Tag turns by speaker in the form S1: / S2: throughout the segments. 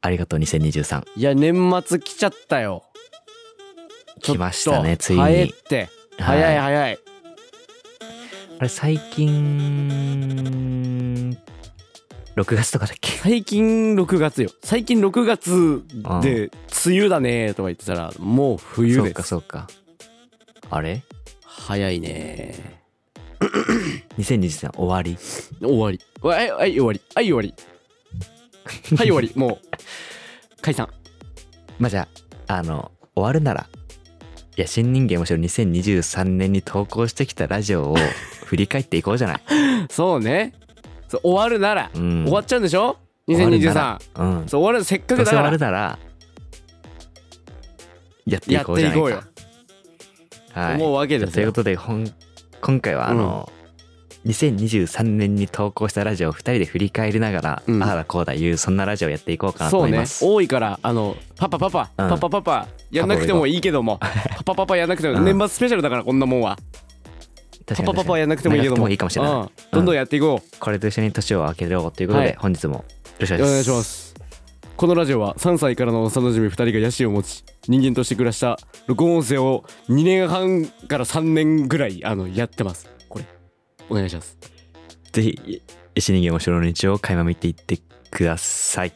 S1: ありがとう2023。
S2: いや年末来ちゃったよちょっと
S1: 来ましたねついに
S2: 早いって
S1: はい
S2: 早い早い
S1: あれ最近、6月とかだっけ
S2: 最近6月よ最近6月
S1: ああ
S2: で梅雨だねとか言ってたらもう冬
S1: そう
S2: で
S1: か
S2: す
S1: そうか。あれ
S2: 早いね
S1: ?2023 終わり。
S2: 終わりはいはい終わりはい終わりはい 終わりもう解散
S1: まあじゃあ、あの、終わるなら、いや、新人間むしろ2023年に投稿してきたラジオ を振り返っていこうじゃない。
S2: そうねそう終わるなら、
S1: うん。
S2: 終わっちゃうんでしょ
S1: 終わるな
S2: 2023
S1: らうん。
S2: そう終わるせっ
S1: ど
S2: かく
S1: うせ
S2: だか
S1: 終わる
S2: ら
S1: なら、やってい
S2: や
S1: こ
S2: っ
S1: うじゃ
S2: てい
S1: ない
S2: こ
S1: か。
S2: うよ
S1: はい。
S2: 思うわけ
S1: じ
S2: で
S1: ゃあ
S2: す
S1: という
S2: よ
S1: ことで、ほん今回はあの、2023年に投稿したラジオを2人で振り返りながら、
S2: うん
S1: ああだこうだいうそんなラジオをやっていこうかなと
S2: そ
S1: 思
S2: う
S1: い
S2: ね
S1: ます。
S2: 多いからあのパパパパ、
S1: うん
S2: パパパパやんなくてもいいけどもパパパパやんなくても、
S1: うん
S2: 年末スペシャルだからこんなもんは
S1: 確か
S2: パ
S1: に
S2: パパパやんなくてもいいけど
S1: 長くて
S2: も
S1: もいいかもしれない。
S2: うんどんどんやっていこう、
S1: これと一緒に年を明けようということで、
S2: はい
S1: 本日もよろしくお
S2: お
S1: 願
S2: 願
S1: い
S2: い
S1: し
S2: し
S1: ま。
S2: ますすこのラジオは3歳からの幼馴染2人が野心を持ち人間として暮らした録音音声を2年半から3年ぐらいあのやってますこれお願いします
S1: ぜひ、石人間お城の日常を垣間見ていってください。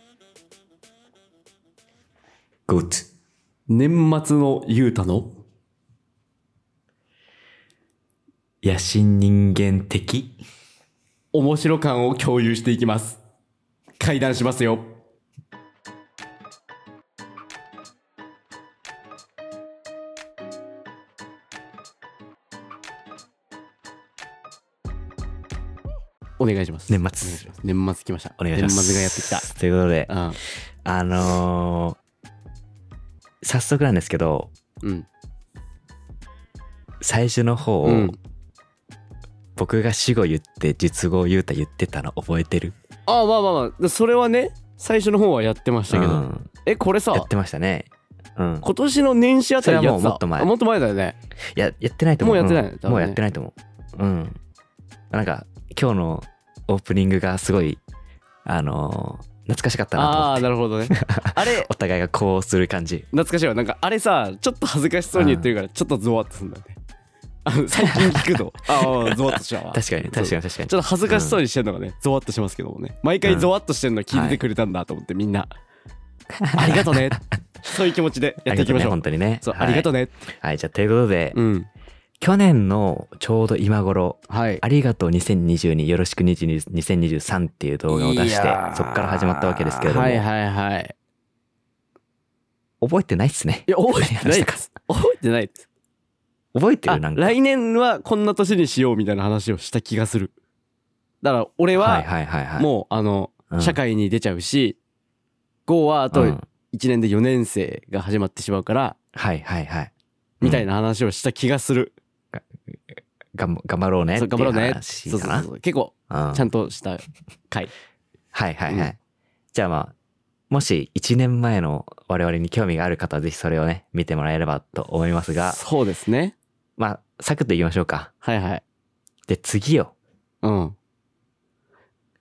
S1: Good.
S2: 年末のゆうたの
S1: 野心人間的
S2: 面白感を共有していきます会談しますよお願いします
S1: 年
S2: お願いし
S1: 末
S2: ま。す年末来ました
S1: お願いします。
S2: 年末がやってきた。
S1: ということで、
S2: あ
S1: あのー早速なんですけど、
S2: うん
S1: 最初の方、
S2: うん
S1: 僕が死語言って術語を言うた言ってたの覚えてる
S2: あまあまあまあそれはね最初の方はやってましたけど、
S1: うん
S2: えこれさ
S1: やってましたね。うん、
S2: 今年の年始あたりやって
S1: それはもう
S2: た
S1: もっと前
S2: あもっと前だよね
S1: いややってないと思う。
S2: もうやってない
S1: ん
S2: 多分ね
S1: もうやってないと思う。うん。なんか今日のオープニングがすごいあのー懐かしかったなと思
S2: あ
S1: っ
S2: あー
S1: て。
S2: なる ほどねあれ
S1: お互いがこうする感じ。
S2: 懐かしいわなんかあれさちょっと恥ずかしそうに言ってるからちょっとゾワッとするんだよねあの最近聞 くとああゾワッとしちゃうわ
S1: 確かに確かに確かに
S2: ち。ょっと恥ずかしそうにしてるのがね、ゾワッとしますけどもね毎回ゾワッとしてるの聞いてくれたんだと思って、みんなあり がとねそういう気持ちでやっていきまし
S1: ありがとね
S2: ょう
S1: 本当にね。
S2: そう、
S1: はい
S2: ありがとね
S1: はい、じゃあということで、
S2: うん
S1: 去年のちょうど今頃
S2: はい
S1: ありがとう2022よろしく2022 2023っていう動画を出して
S2: いやー
S1: そっから始まったわけですけれども、
S2: はいはいはい
S1: 覚えてないっすね
S2: いや覚えてな
S1: 何
S2: い
S1: 話し
S2: です覚えてないです
S1: 覚えて
S2: あ
S1: るなんか
S2: 来年はこんな年にしようみたいな話をした気がするだから俺
S1: はい
S2: は
S1: はいはいはい
S2: もうあの
S1: うん
S2: 社会に出ちゃうし、ゴーはあと
S1: うん
S2: 1年で4年生が始まってしまうから、
S1: はいはいはい
S2: みたいな話をした気がする。
S1: 頑張頑張ろうねって
S2: そ
S1: い
S2: う
S1: う
S2: 頑張ろうね。
S1: 話
S2: そう
S1: か
S2: そう
S1: な
S2: そう結構
S1: うん
S2: ちゃんとした回。
S1: はいはいはい、
S2: う
S1: じゃあまあもし1年前の我々に興味がある方はぜひそれをね見てもらえればと思いますが
S2: そうですね。
S1: まあサクッといきましょうか
S2: はいはい。
S1: で次よ
S2: うん。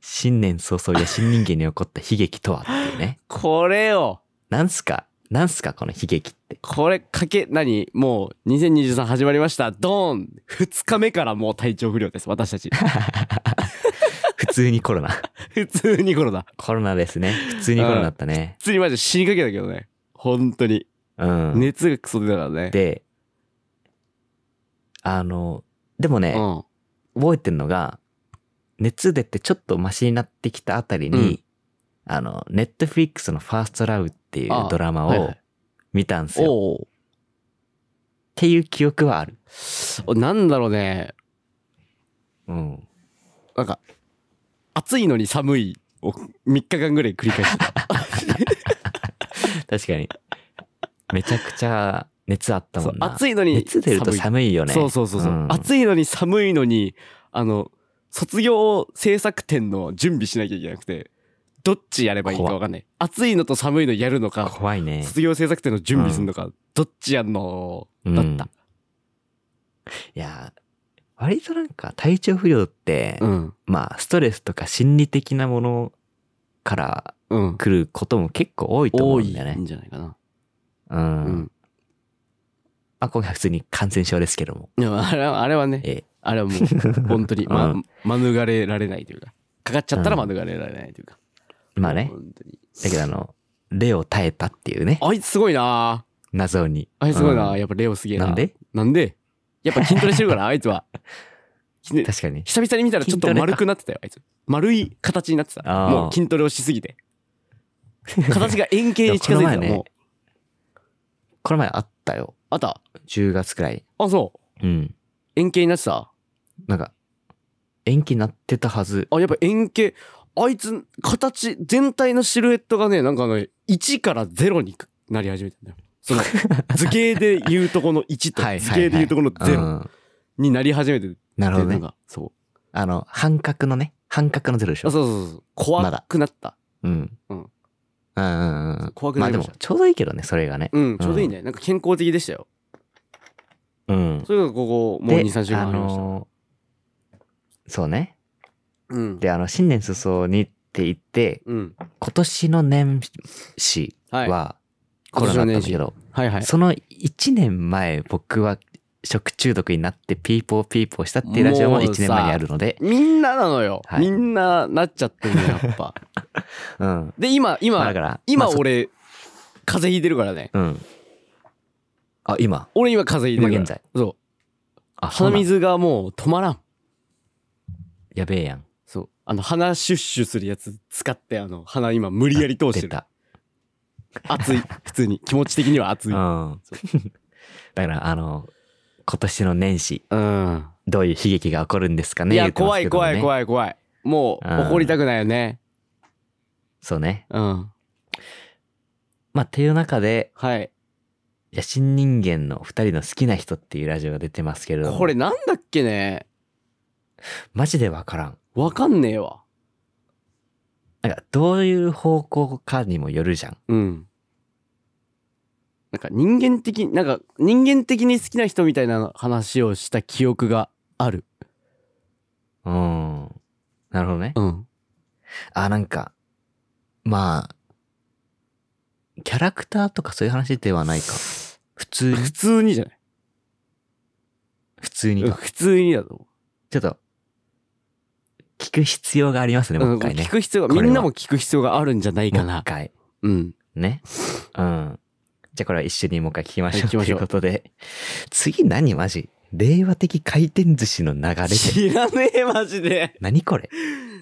S1: 新年早々や新人間に起こった悲劇とはっていうね
S2: これを、
S1: なんすかなんすかこの悲劇って。
S2: これかけ、何もう2023始まりました。ドーン !2 日目からもう体調不良です。私たち。
S1: 普通にコロナ。
S2: 普通にコロナ。
S1: コロナですね。普通にコロナだったね。
S2: 普通にマジで死にかけたけどね。本当に。
S1: うん。
S2: 熱がクソ出たからね。
S1: で、あの、でも
S2: う
S1: ね、
S2: ん。
S1: 覚えてるのが、熱出てちょっとマシになってきたあたりに、あの、ネットフリックスのファーストラブっていう
S2: ああ
S1: ドラマ
S2: はい
S1: を
S2: はい
S1: 見たんですよ。っ
S2: おう
S1: ていう記憶はある。
S2: お。なんだろうね。
S1: うん。
S2: なんか暑いのに寒いを3日間ぐらい繰り返してた
S1: 確かに。めちゃくちゃ熱あった
S2: そ
S1: も
S2: うん
S1: な。
S2: 暑いのに
S1: 熱出ると
S2: い
S1: 寒いよね。
S2: そうそうそうそう、
S1: ん
S2: 暑いのに寒いのにあの卒業制作展の準備しなきゃいけなくてどっちやればいいか分かんない暑いのと寒いのやるのか
S1: 怖いね。
S2: 卒業制作展の準備するのか、どっちやんのだった
S1: いやー、割となんか体調不良って、
S2: うん、
S1: まあストレスとか心理的なものから
S2: うん。
S1: 来ることも結構多いと思
S2: 多
S1: うん
S2: い
S1: だよね
S2: ん。じゃないかな。
S1: うん。
S2: うん。
S1: まあ、これは普通に感染症ですけども。
S2: でもあれは、あれはね、
S1: ええ
S2: あれはもう、 本当に、ま
S1: う、
S2: 免れられないというか、かかっちゃったら
S1: う
S2: 免
S1: ん
S2: れられないというか。
S1: まあね。
S2: 本当に
S1: だけどあの、霊を耐えたっていうね、
S2: あいつすごいな
S1: 謎に。
S2: あいつすごいな、
S1: うん
S2: やっぱレオすげえな。
S1: なんで
S2: なんでやっぱ筋トレしてるから、あ いつは。ひね
S1: 確かに。
S2: 久々に見たらちょっと丸くなってたよ、あいつ。丸い形になってた。
S1: あー
S2: もう筋トレをしす ぎて。形が円形に近づいて
S1: で
S2: た、
S1: もこの前ね
S2: もう。
S1: この前あったよ。
S2: あった
S1: 10月くらい。
S2: あ、そう。
S1: うん。
S2: 円形になってた。
S1: なんか、延期なってたはず。
S2: あ、やっぱ円形。あいつ、形、全体のシルエットがね、なんかね、1から0になり始めてんだよ。その、図形で言うとこの1と、図形で言うとこの0
S1: うん
S2: になり始めてる
S1: な
S2: っ
S1: る
S2: て
S1: ほ
S2: い
S1: ど
S2: うの
S1: ね。
S2: が、そう。
S1: あの、半角のね、半角のゼロでし
S2: あ、
S1: ょ。
S2: そうそうそう。怖くなった。
S1: うん。
S2: う
S1: うんんうんうん。
S2: 怖く
S1: まあ
S2: なり
S1: で
S2: まし
S1: も
S2: た。、
S1: ちょうどいいけどね、それがね。
S2: うん、ちょうどいいね。なんか健康的でしたよ。
S1: うん。
S2: それがここ、もう
S1: で
S2: 2、3週間ありました。
S1: のーそうね。
S2: うん。
S1: で、あの、新年早々にって言って、
S2: うん。
S1: 今年の年始
S2: はい。
S1: はコロナだったんだけど、
S2: はいはい。
S1: その1年前僕は食中毒になってピーポーピーポーしたっていうラジオも1年前にあるので、
S2: みんななのよ。
S1: はい
S2: みんななっちゃってるのや っぱ。
S1: うん。
S2: で、今、
S1: まあだ
S2: 今
S1: か、ら、
S2: 今
S1: まあそ
S2: 俺、風邪ひいてるからね。
S1: うん。あ、今。
S2: 俺今風邪ひいてる
S1: 今
S2: から。
S1: 現在。
S2: そう。
S1: あ、そう
S2: 鼻
S1: なん
S2: 水がもう止まらん。
S1: やべえやん。
S2: そう。あの、鼻シュッシュするやつ使って、あの、鼻今無理やり通し
S1: 出
S2: てる。
S1: た。
S2: 熱い。普通に。気持ち的には熱
S1: う
S2: い。
S1: ん。
S2: うん。
S1: だから、あの、今年の年始、どういう悲劇が起こるんですかね。
S2: いや、
S1: 言ってま
S2: 怖
S1: すけ
S2: い
S1: ども
S2: 怖
S1: ね
S2: い怖い怖い。もう、
S1: うん
S2: 怒りたくないよね。
S1: そうね。
S2: うん。
S1: まあ、っていう中で、
S2: はい。
S1: 野心人間の二人の好きな人っていうラジオが出てますけれども、
S2: これなんだっけね。
S1: マジでわからん。
S2: わかんねえわ。
S1: なんか、どういう方向かにもよるじゃん。
S2: うん。なんか人間的、なんか人間的に好きな人みたいな話をした記憶がある。
S1: うん。なるほどね。
S2: うん。
S1: あ、なんか、まあ、キャラクターとかそういう話ではないか。普通に
S2: 普、通にじゃない
S1: 普通に
S2: うん
S1: か。
S2: 普通にだと思
S1: ちょっと、聞く必要がありますね、
S2: う。う
S1: も
S2: ん
S1: う一回ね
S2: 聞。く必要が、
S1: これは
S2: みんなも聞く必要があるんじゃないか
S1: もう一
S2: な。
S1: 回。
S2: うん。
S1: ね。うん。じゃあこれは一緒にもう一回聞きましょう
S2: はい聞
S1: と
S2: きまし
S1: い
S2: ょ
S1: う
S2: う
S1: ことで。次何マジ令和的回転寿司の流れで。
S2: 知らねえ、マジで。
S1: 何これ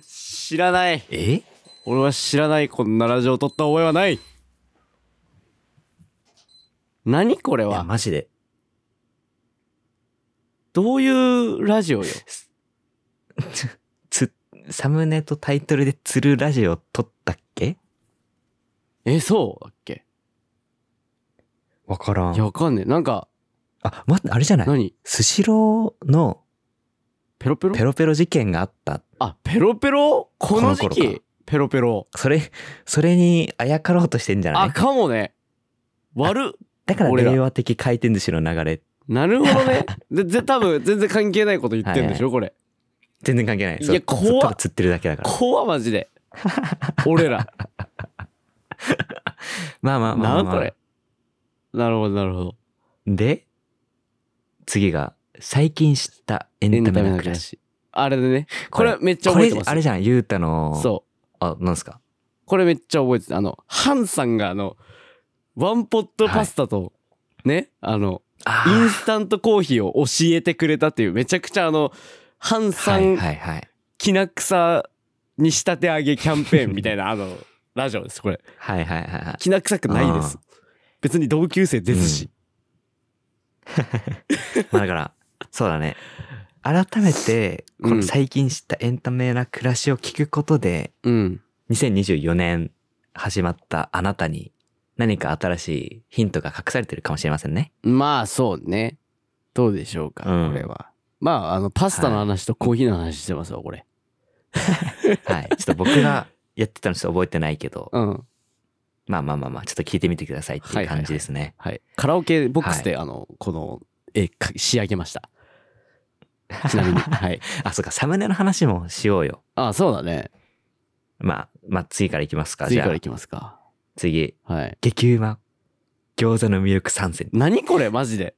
S2: 知らない。
S1: え
S2: 俺は知らない、こんなラジオを撮った覚えはない。何これ
S1: いや、
S2: は
S1: マジで。
S2: どういうラジオよ。
S1: つ、サムネとタイトルで釣るラジオ撮ったっけ
S2: え、そうだっけ
S1: わから
S2: いや、。わかんねえ。なんか、
S1: あ、待って、あれじゃない
S2: 何
S1: スシローの
S2: ペロペロ
S1: ペロペロ事件があった。
S2: あ、ペロペロこの時
S1: この頃
S2: 期ペロペロ。
S1: それ、それにあやかろうとしてんじゃな
S2: あ、
S1: い
S2: かもね。悪っ。
S1: だから
S2: 俺ら
S1: 令和的回転寿司の流れ。
S2: なるほ どね。で、ぜ、多分全然関係ないこと言ってんでしょ、これ。
S1: 全然関係ない。
S2: いや
S1: そう
S2: 怖った
S1: だ釣ってるだけだから。
S2: 怖マジで。俺ら。
S1: まあ まあまあま
S2: な
S1: あ
S2: ん
S1: まあ。
S2: これ。なるほど、なるほど。
S1: で、次が、最近知ったエ
S2: エ
S1: ン
S2: ン
S1: タ
S2: タ
S1: メ
S2: メ
S1: の
S2: の
S1: 暮らし。
S2: 話。あれでね。これめっちゃ
S1: こ
S2: 覚え
S1: れ
S2: てます。
S1: あれじゃん、ゆうたの、。
S2: そう
S1: あ、なんすか
S2: う。これめっちゃ覚えてた。あの、ハンさんがあの、ワンポットパスタと、ね、あの、イン
S1: あ
S2: スタントコーヒーを教えてくれたっていう、めちゃくちゃあの、ハン
S1: ー
S2: さ
S1: はい
S2: ん
S1: はいはい。
S2: きな臭に仕立て上げキャンペーンみたいなあ のラジオですこれ
S1: はいはいはいはい。
S2: きな臭くないです別に同級生ですし、
S1: まあだから、そうだね。改めて、こ
S2: うん
S1: の最近知ったエンタメな暮らしを聞くことで、
S2: うん、
S1: 2024年始まったあなたに何か新しいヒントが隠されてるかもしれません ね。
S2: まあそうねどうでしょうか、
S1: うん
S2: これはまああのパスタの話とコーヒーの話してますわこれ
S1: はい。ちょっと僕がやってたのちょっと覚えてないけど、
S2: うん
S1: まあまあまあまあ、ちょっと聞いてみてくださいっていう感じですね。
S2: はいカラオケボックスで、あのこの絵か仕上げましたちなみにはい
S1: あ、そうか、サムネの話もしようよ。
S2: ああそうだね
S1: まあ、まあ、次からいきますか。
S2: 次
S1: じゃ
S2: か
S1: あ
S2: らい、きますか。
S1: 次。
S2: はい。
S1: 激うま。餃子の魅力参戦。
S2: 何これマジで。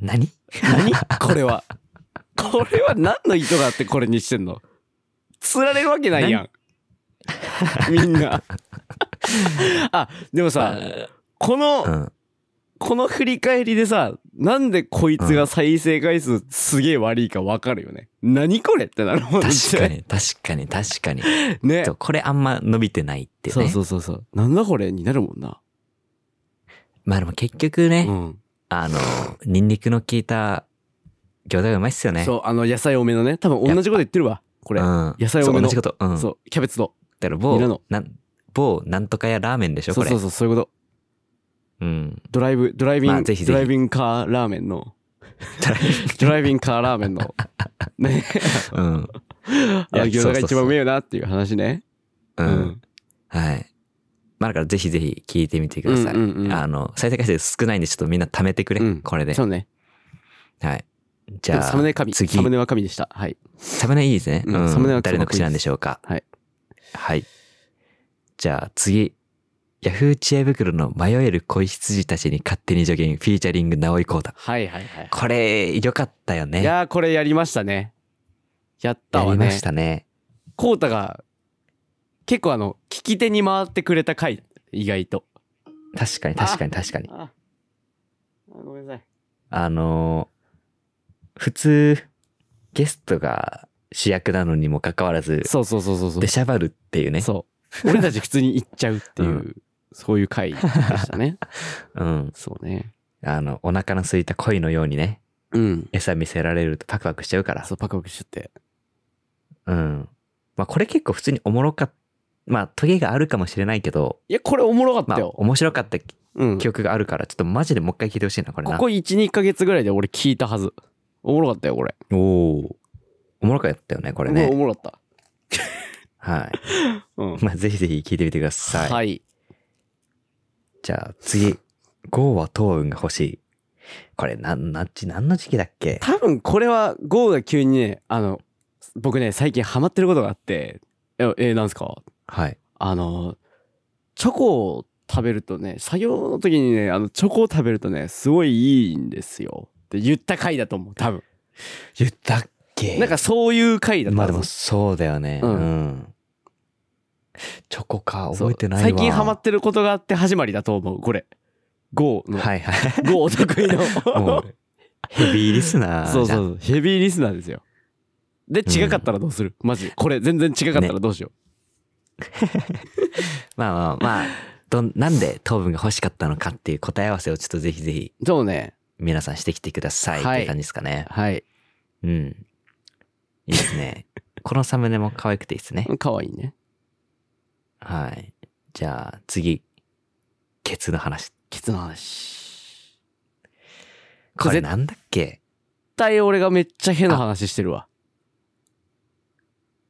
S1: 何
S2: 何これは。これは何の意図があってこれにしてんの釣られるわけないやん。みんな。あ、でもさ、この、
S1: うん。
S2: この振り返りでさ、なんでこいつが再生回数すげえ悪いかわかるよね。何これってなるもんね。
S1: 確かに、確かに、確 かに。
S2: ね
S1: そうこれあんま伸びてないってね。
S2: そうそうそうそう。なんだこれになるもんな。
S1: まあでも結局ね、
S2: うん。
S1: あの、ニンニクの効いた餃子がうまいっすよね。う。
S2: そう、あの、野菜多めのね。多分同じこと言ってるわ。これ。
S1: ん、
S2: 野菜多
S1: そ
S2: めの
S1: う同じこと。うん。だ
S2: そう、キャベツと。
S1: から
S2: ニラの
S1: 某、なん、某なんとかやラーメンでしょ、
S2: そ
S1: こ
S2: う
S1: れ。
S2: そうそう、そういうこと。
S1: うん。
S2: ドライブ、ドライビング、
S1: まあぜひぜひ
S2: ドライビングカーラーメンの、
S1: ドライ
S2: ドライビングカーラーメンの、ね、
S1: ブ うん。
S2: あの餃子が一番うめえよなっていう話ね。
S1: う。。
S2: うん
S1: はい。まあだからぜひぜひ聞いてみてください。
S2: うんうんうん
S1: あの、再生回数少ないんでちょっとみんな貯めてくれ。
S2: うん
S1: これで。
S2: そうね。
S1: はい。じ
S2: でも
S1: ゃあ、
S2: サムネ神。
S1: 次
S2: サムネは神でした。はい。
S1: サムネいいですね。
S2: うんサムネは
S1: 誰の口なんでしょうか。
S2: はい。
S1: はい。じゃあ次。ヤフー知恵袋の迷える恋羊たちに勝手に助言、フィーチャリング直井光太。
S2: はいはいはい。
S1: これ、良かったよね。
S2: い
S1: や
S2: やー、これやりましたね。やったわ
S1: りま
S2: ね
S1: し。たね。
S2: コータが、結構あの、聞き手に回ってくれた回、意外と。
S1: 確かに確かに確かに。
S2: あ、ごめんなさい。
S1: あのー普通、ゲストが主役なのにもかかわらず、
S2: そうそうそうそうそう
S1: で。しゃばるっていうね。
S2: そう。俺たち普通に行っちゃうっていう、
S1: う
S2: そういう回でしたね。
S1: うん。
S2: そうね。
S1: あの、お腹の空いた鯉のようにね、
S2: うん。
S1: 餌見せられるとパクパクしちゃうから。
S2: そう、パクパクしちゃって。
S1: うん。まあこれ結構普通におもろかっまあトゲがあるかもしれないけど、
S2: いや、これおもろかっ
S1: ま
S2: た
S1: あ
S2: よ。
S1: 面白かった記
S2: うん。こ
S1: 憶があるから、ちょっとマジでもう一回聞いてほしいな、これな。
S2: こ1、2ヶ月ぐらいで俺聞いたはず。おもろかったよ、これ。
S1: おお。おもろかったよね、こ
S2: こ
S1: れね
S2: お。もろかった。
S1: はい。
S2: うん。
S1: まあぜひぜひ聞いてみてください。
S2: はい。
S1: じゃあ次。ゴーは糖分が欲しい。これなん、なんち、何の時期だっけ
S2: 多分これは GO が急にね、あの、僕ね、最近ハマってることがあって、え、えなんすか
S1: はい。
S2: あの、チョコを食べるとね、作業の時にね、あの、チョコを食べるとね、すごいいいんですよ。って言った回だと思う、多分。
S1: 言ったっけ
S2: なんかそういう回だった
S1: まあ
S2: は
S1: で
S2: ず
S1: もそうだよね。
S2: う
S1: うんん。チョコか、
S2: そう
S1: 覚えてないわ。
S2: 最近ハマってることがあって始まりだと思う、これ。GO の。
S1: はいはい。
S2: GO お得意の。
S1: もう、ヘビーリスナーじゃ
S2: そ
S1: ん。
S2: うそうそう。ヘビーリスナーですよ。で、違かったらどうする、マジで。これ、全然違かったらどうしよ
S1: まあまあまあ、どん、なんで糖分が欲しかったのかっていう答え合わせをちょっとぜひぜひ
S2: う。そうね。
S1: 皆さんしてきてくださいって
S2: はい
S1: いう感じですかね。
S2: はい。
S1: うん。いいです ね。このサムネも可愛くていいですね。
S2: かわいいね。
S1: はい。じゃあ次。ケツの話。
S2: ケツの話。
S1: これ
S2: 絶
S1: なんだっけ
S2: 対俺がめっちゃ変な話してるわ。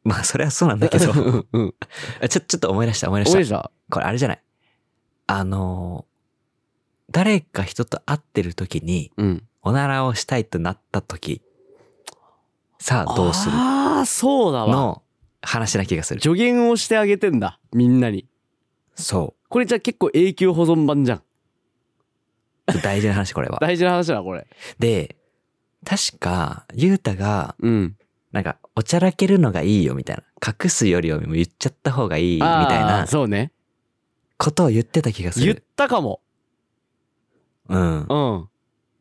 S1: まあそれはそうなんだけど。
S2: うんうん。
S1: あちょ、ちょっと思い出した思い出
S2: 俺
S1: し
S2: じゃ、
S1: た。これあれじゃない。あのー誰か人と会ってる時に
S2: うん。
S1: おならをしたいとなった時。さあどうする
S2: ああ、そうだわ。
S1: の話な気がする。
S2: 助言をしてあげてんだ。みんなに。
S1: そ
S2: これじゃあ結構永久保存版じゃん。
S1: う。大事な話、これ は。
S2: 大事な話だな、これ。
S1: で、確か、ゆうたが、
S2: うん。
S1: なんか、おちゃらけるのがいいよ、みたいな。隠すよりも言っちゃった方がいい、みたい
S2: あー
S1: な
S2: そうね。
S1: ことを言ってた気がす
S2: 言っ
S1: る。
S2: たかも。
S1: うん。
S2: うん。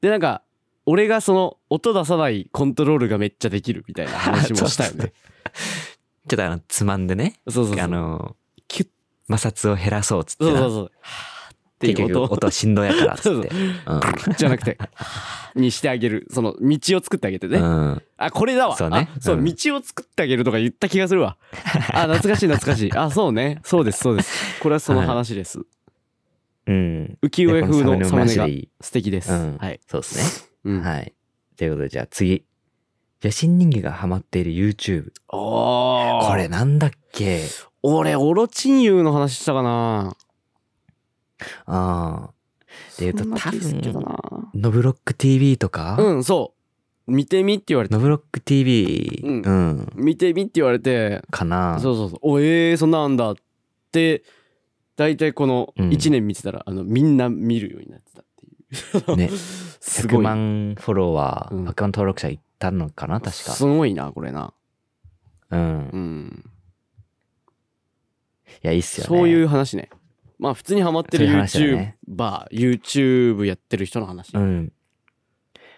S2: で、なんか、俺がその、音出さないコントロールがめっちゃできるみたいな話 もしたよね。
S1: ちょっとあの、つまんでね、
S2: そうそうそう。
S1: あ、の、
S2: キュッ。
S1: 摩擦を減らそう、つって
S2: そう
S1: な。
S2: そうそう。はーってい
S1: 結
S2: う
S1: 局、
S2: 音
S1: 音は振動やから、つ
S2: そ
S1: っ
S2: う
S1: て。
S2: そう
S1: うん
S2: じゃなくて、にしてあげる。その、道を作ってあげてね。
S1: うん。
S2: あ、これだわ。
S1: そうね
S2: あそう、
S1: うん
S2: 道を作ってあげるとか言った気が するわ。あ、懐かしい懐かしい。あ、そうね。そうです、そうです。これはその 話です。
S1: うん。
S2: 浮世絵風
S1: い
S2: の
S1: や
S2: サ
S1: こ
S2: ム
S1: のサムネも
S2: ネが
S1: マジでいい
S2: 素敵です。
S1: うん
S2: はい。
S1: そうです
S2: うん
S1: ね。はい。ということで、じゃあ次。野心人間がハマっている YouTube。
S2: おー
S1: これ。なんだっけ
S2: 俺、オロチンユーの話したかな
S1: ああ。で言うと
S2: そんな気するけどな
S1: ノブロック TV とか、
S2: うん、そ見てみって言われて
S1: ノブロック TV、
S2: うん
S1: うん、
S2: 見てみって言われて
S1: かな。
S2: そうそうそうおえー、そんなんあんだって大体この
S1: うん
S2: 1年見てたら、あのみんな見るようになってたっていう
S1: ね
S2: すご
S1: 100
S2: い
S1: 万フォロワー、
S2: う
S1: 100
S2: ん
S1: 万登録者いったのかな、確か。
S2: すごいなこれな
S1: うん
S2: う。ん
S1: いや、いいっすよね。。
S2: そういうう話ねまあ普通にハマって
S1: そ
S2: る
S1: ういう話だね
S2: YouTuberYouTube やってる人の話、
S1: ん。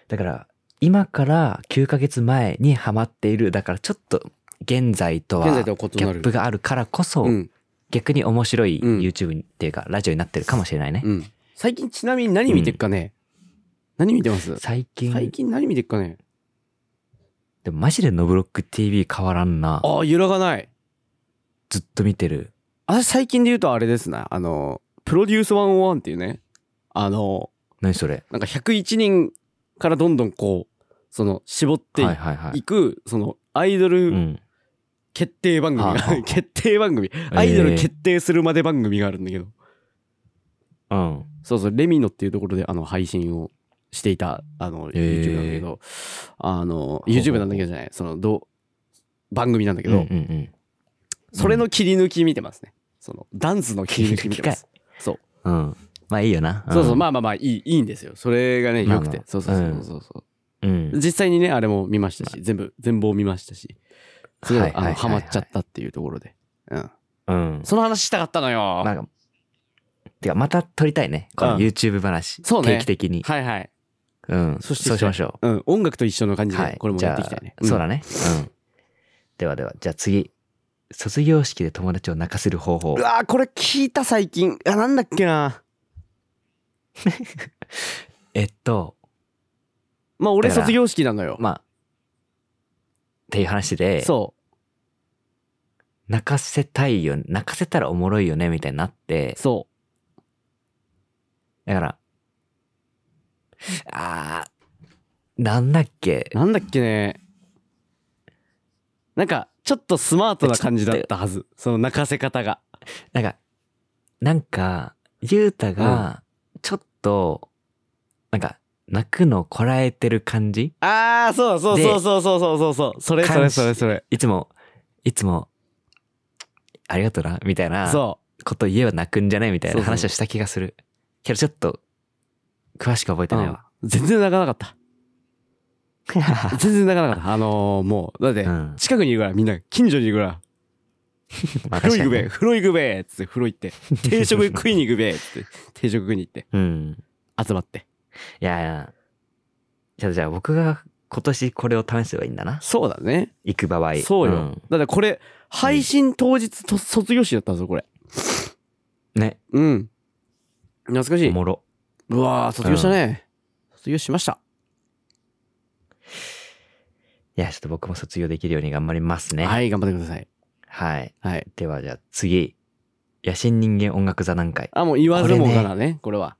S1: だから、今から9ヶ月前にハマっている、だからちょっと現在とは
S2: 現在
S1: ギャ
S2: とは異なる
S1: ップがあるからこそ、
S2: うん
S1: 逆に面白い
S2: うん
S1: YouTube っていうか、ラジオになってるかもしれないね。
S2: うん、最近ちなみに何見てっかね、何見てます
S1: 最近、
S2: 最近何見てっかね
S1: でもマジでノブロック TV 変わらんな。
S2: ああ揺らがない
S1: ずっと見てる。
S2: 私最近で言うとあれですなあのプロデュース101っていうねあの
S1: 何それ
S2: なんか101人からどんどんこうその絞って
S1: はいはいはい
S2: い。く、そのアイド
S1: う
S2: ル
S1: ん。
S2: 決定番組が、
S1: はあはあ
S2: 決定番組
S1: ー
S2: アイドル決定するまで番組があるんだけど、
S1: うん。
S2: そうそうレミノっていうところであの配信をしていたあの
S1: へー
S2: YouTube なんだけど、あの
S1: うほう
S2: YouTube なんだけどじゃないそのどう番組なんだけ
S1: うんう
S2: ど、
S1: んうん。
S2: それの切り抜き見てますねそのダンスの切り抜き見てますそう
S1: うん。まあいいよな。
S2: そうそう、ま
S1: あ。
S2: あまあまあいい、いいんですよ。それがね、
S1: まあ
S2: 良く
S1: まあ
S2: て。そうそうそうそうそう、
S1: うん。
S2: 実際にね、あれも見ましたし、全部、全貌見ましたし、すご
S1: はいい、
S2: あ
S1: は
S2: の、
S1: い
S2: ハマっちゃったっていうところで。うん。
S1: うん。
S2: その話したかったのよ。
S1: なんか、てかまた撮りたいね。こ
S2: う
S1: の
S2: ん
S1: YouTube 話。
S2: そうね
S1: 定期的に。
S2: はいはい。
S1: うん。
S2: そして
S1: そうしましょ
S2: うん、音楽と一緒の感
S1: う。
S2: じ
S1: はい
S2: で、。これも
S1: じ
S2: や
S1: ゃ
S2: っ
S1: あ
S2: ていきたいね。
S1: そうだね。うん。ではでは、じゃあ次。卒業式で友達を泣かせる方法
S2: うん。う。わーこれ聞いた最近。あ、なんだっけな。
S1: えっと、
S2: まあ、俺
S1: だから
S2: 卒業式なのよ。
S1: まあ、っていう話で、
S2: そ
S1: 泣かせたいよ、泣かせたらおもろいよね、みたいになって
S2: う、、そ
S1: だから、あー、なんだっけ
S2: う。、なんだっけね。なんか、ちょっとスマートな感じだったはず。その泣かせ方が。
S1: なんか、なんか、ゆうたが、ちょっと、なんか、泣くのをこらえてる感じ
S2: ああ、そうそうそうそうそうそうそうそう。それそれそれそれ。
S1: いつも、いつも、ありがとうな、みたいな
S2: そ
S1: こと言えば泣くんじゃないみたい
S2: そう
S1: な
S2: そう
S1: 話をした気がする。けどちょっと、詳しく覚えて
S2: う、
S1: ないわ。
S2: うん全然泣かなかった。全然泣かなかった。あのー、もう、だ って
S1: う、ん。
S2: 近くにいるから、みんな、近所にいるから、
S1: まあ
S2: 風呂行くべ、
S1: 確か
S2: 風呂行くべっつって、風呂行 って、定食食いに行くべっつって、定食食いに行って、
S1: に うん。
S2: 集まって。
S1: いやいや。じゃあ、じゃあ僕が今年これを試せばいいんだな。
S2: そうだね。
S1: 行く場合。
S2: そうよ。
S1: ん
S2: だってこれ、配信当日と、卒業式だったぞ、これ。
S1: ね。
S2: うん。懐かし
S1: お
S2: い。
S1: もろ。
S2: うわー、卒業したね。卒業しました。
S1: いや、ちょっと僕も卒業できるように頑張りますね。
S2: はい、頑張ってください。
S1: はい。
S2: はい。
S1: ではじゃあ次。野心人間音楽座談会。
S2: あ、もう言わずもが
S1: こ
S2: なね、これは。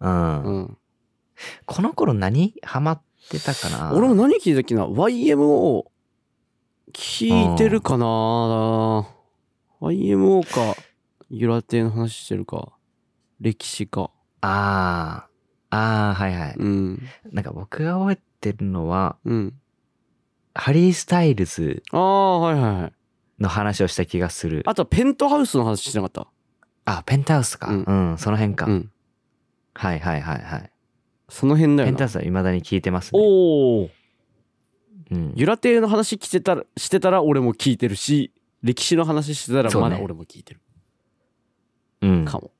S1: うん。
S2: うん。
S1: この頃何ハマってたかな
S2: 俺も何聞いたっけな YMO 聞いてるかな YMO かゆら亭の話してるか歴史か
S1: ああ。ああ、はいはい。
S2: うん
S1: なんか僕が覚えてるのは、
S2: うん
S1: ハリー・スタイルズ
S2: ああはいはいはい
S1: の話をした気がする。
S2: あとはペントハウスの話してなかっ
S1: あ、ペンタウスか。
S2: う
S1: うんん、その辺
S2: た
S1: か、
S2: うん
S1: はいはいはいはい。
S2: その辺だ
S1: ペ
S2: よ
S1: ンタ
S2: な
S1: ウスは未だに聞いてますね。
S2: おお
S1: うん、
S2: ゆら亭の話してたらしてたら俺も聞いてるし歴史の話してたら
S1: そうね
S2: まだ俺も聞いてる
S1: うん。ち
S2: か
S1: ょ
S2: も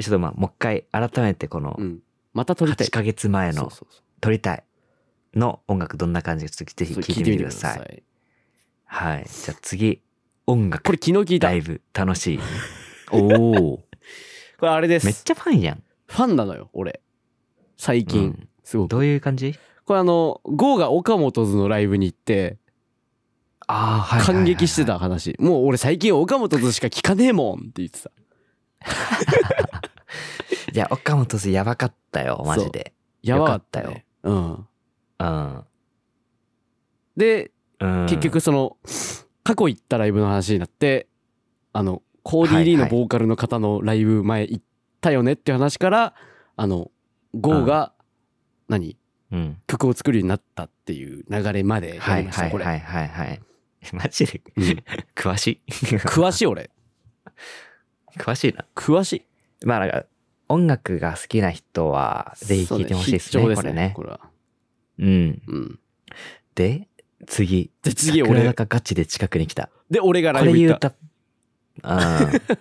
S1: っとまあ、もう一回改めてこの
S2: うんまた撮りたい
S1: 8ヶ月前
S2: そう
S1: の
S2: そうそう
S1: 撮りたいの音楽どんな感じかちょっとぜひ聞いてみてください。
S2: い
S1: はい。じゃあ次、音楽。
S2: これ昨日聞いた
S1: だいぶ楽しい。お お。
S2: これあれです
S1: めっちゃファンやん。
S2: ファンなのよ俺最近、
S1: うん
S2: すごく
S1: どういう感じ
S2: これあのゴーが岡本図のライブに行って
S1: ああ、はいはいはいはい
S2: 感激して。た話、もう俺最近岡本図しか聞かねえもんって言ってた
S1: いや、岡本さんやばかったよ、マジで。
S2: やばかったよ
S1: よかっ
S2: うん
S1: うん。
S2: で
S1: うん
S2: 結局、その、過去行ったライブの話になってあのコーディー・リーの
S1: はいはい
S2: ボーカルの方のライブ前行ったよねっていう話からあのゴーが、何
S1: うん。
S2: 曲を作るようになったっていう流れまでや
S1: は
S2: り
S1: い
S2: まし
S1: は
S2: た
S1: い
S2: これ、
S1: はいはいはい。 マジで
S2: うん
S1: 詳 しい。
S2: 詳しい俺
S1: 詳しいな。
S2: 詳しい
S1: まあなんか音楽が好きな人はぜひ聴いてほしいですね。
S2: そう
S1: これね。
S2: これは
S1: うん。
S2: うん
S1: で、次。
S2: で次
S1: 桜
S2: 俺
S1: 坂ガチで近くに来た。
S2: で俺がラ
S1: こ
S2: イ
S1: れ
S2: ブ
S1: 言
S2: 行っ
S1: う
S2: た
S1: た。あ ー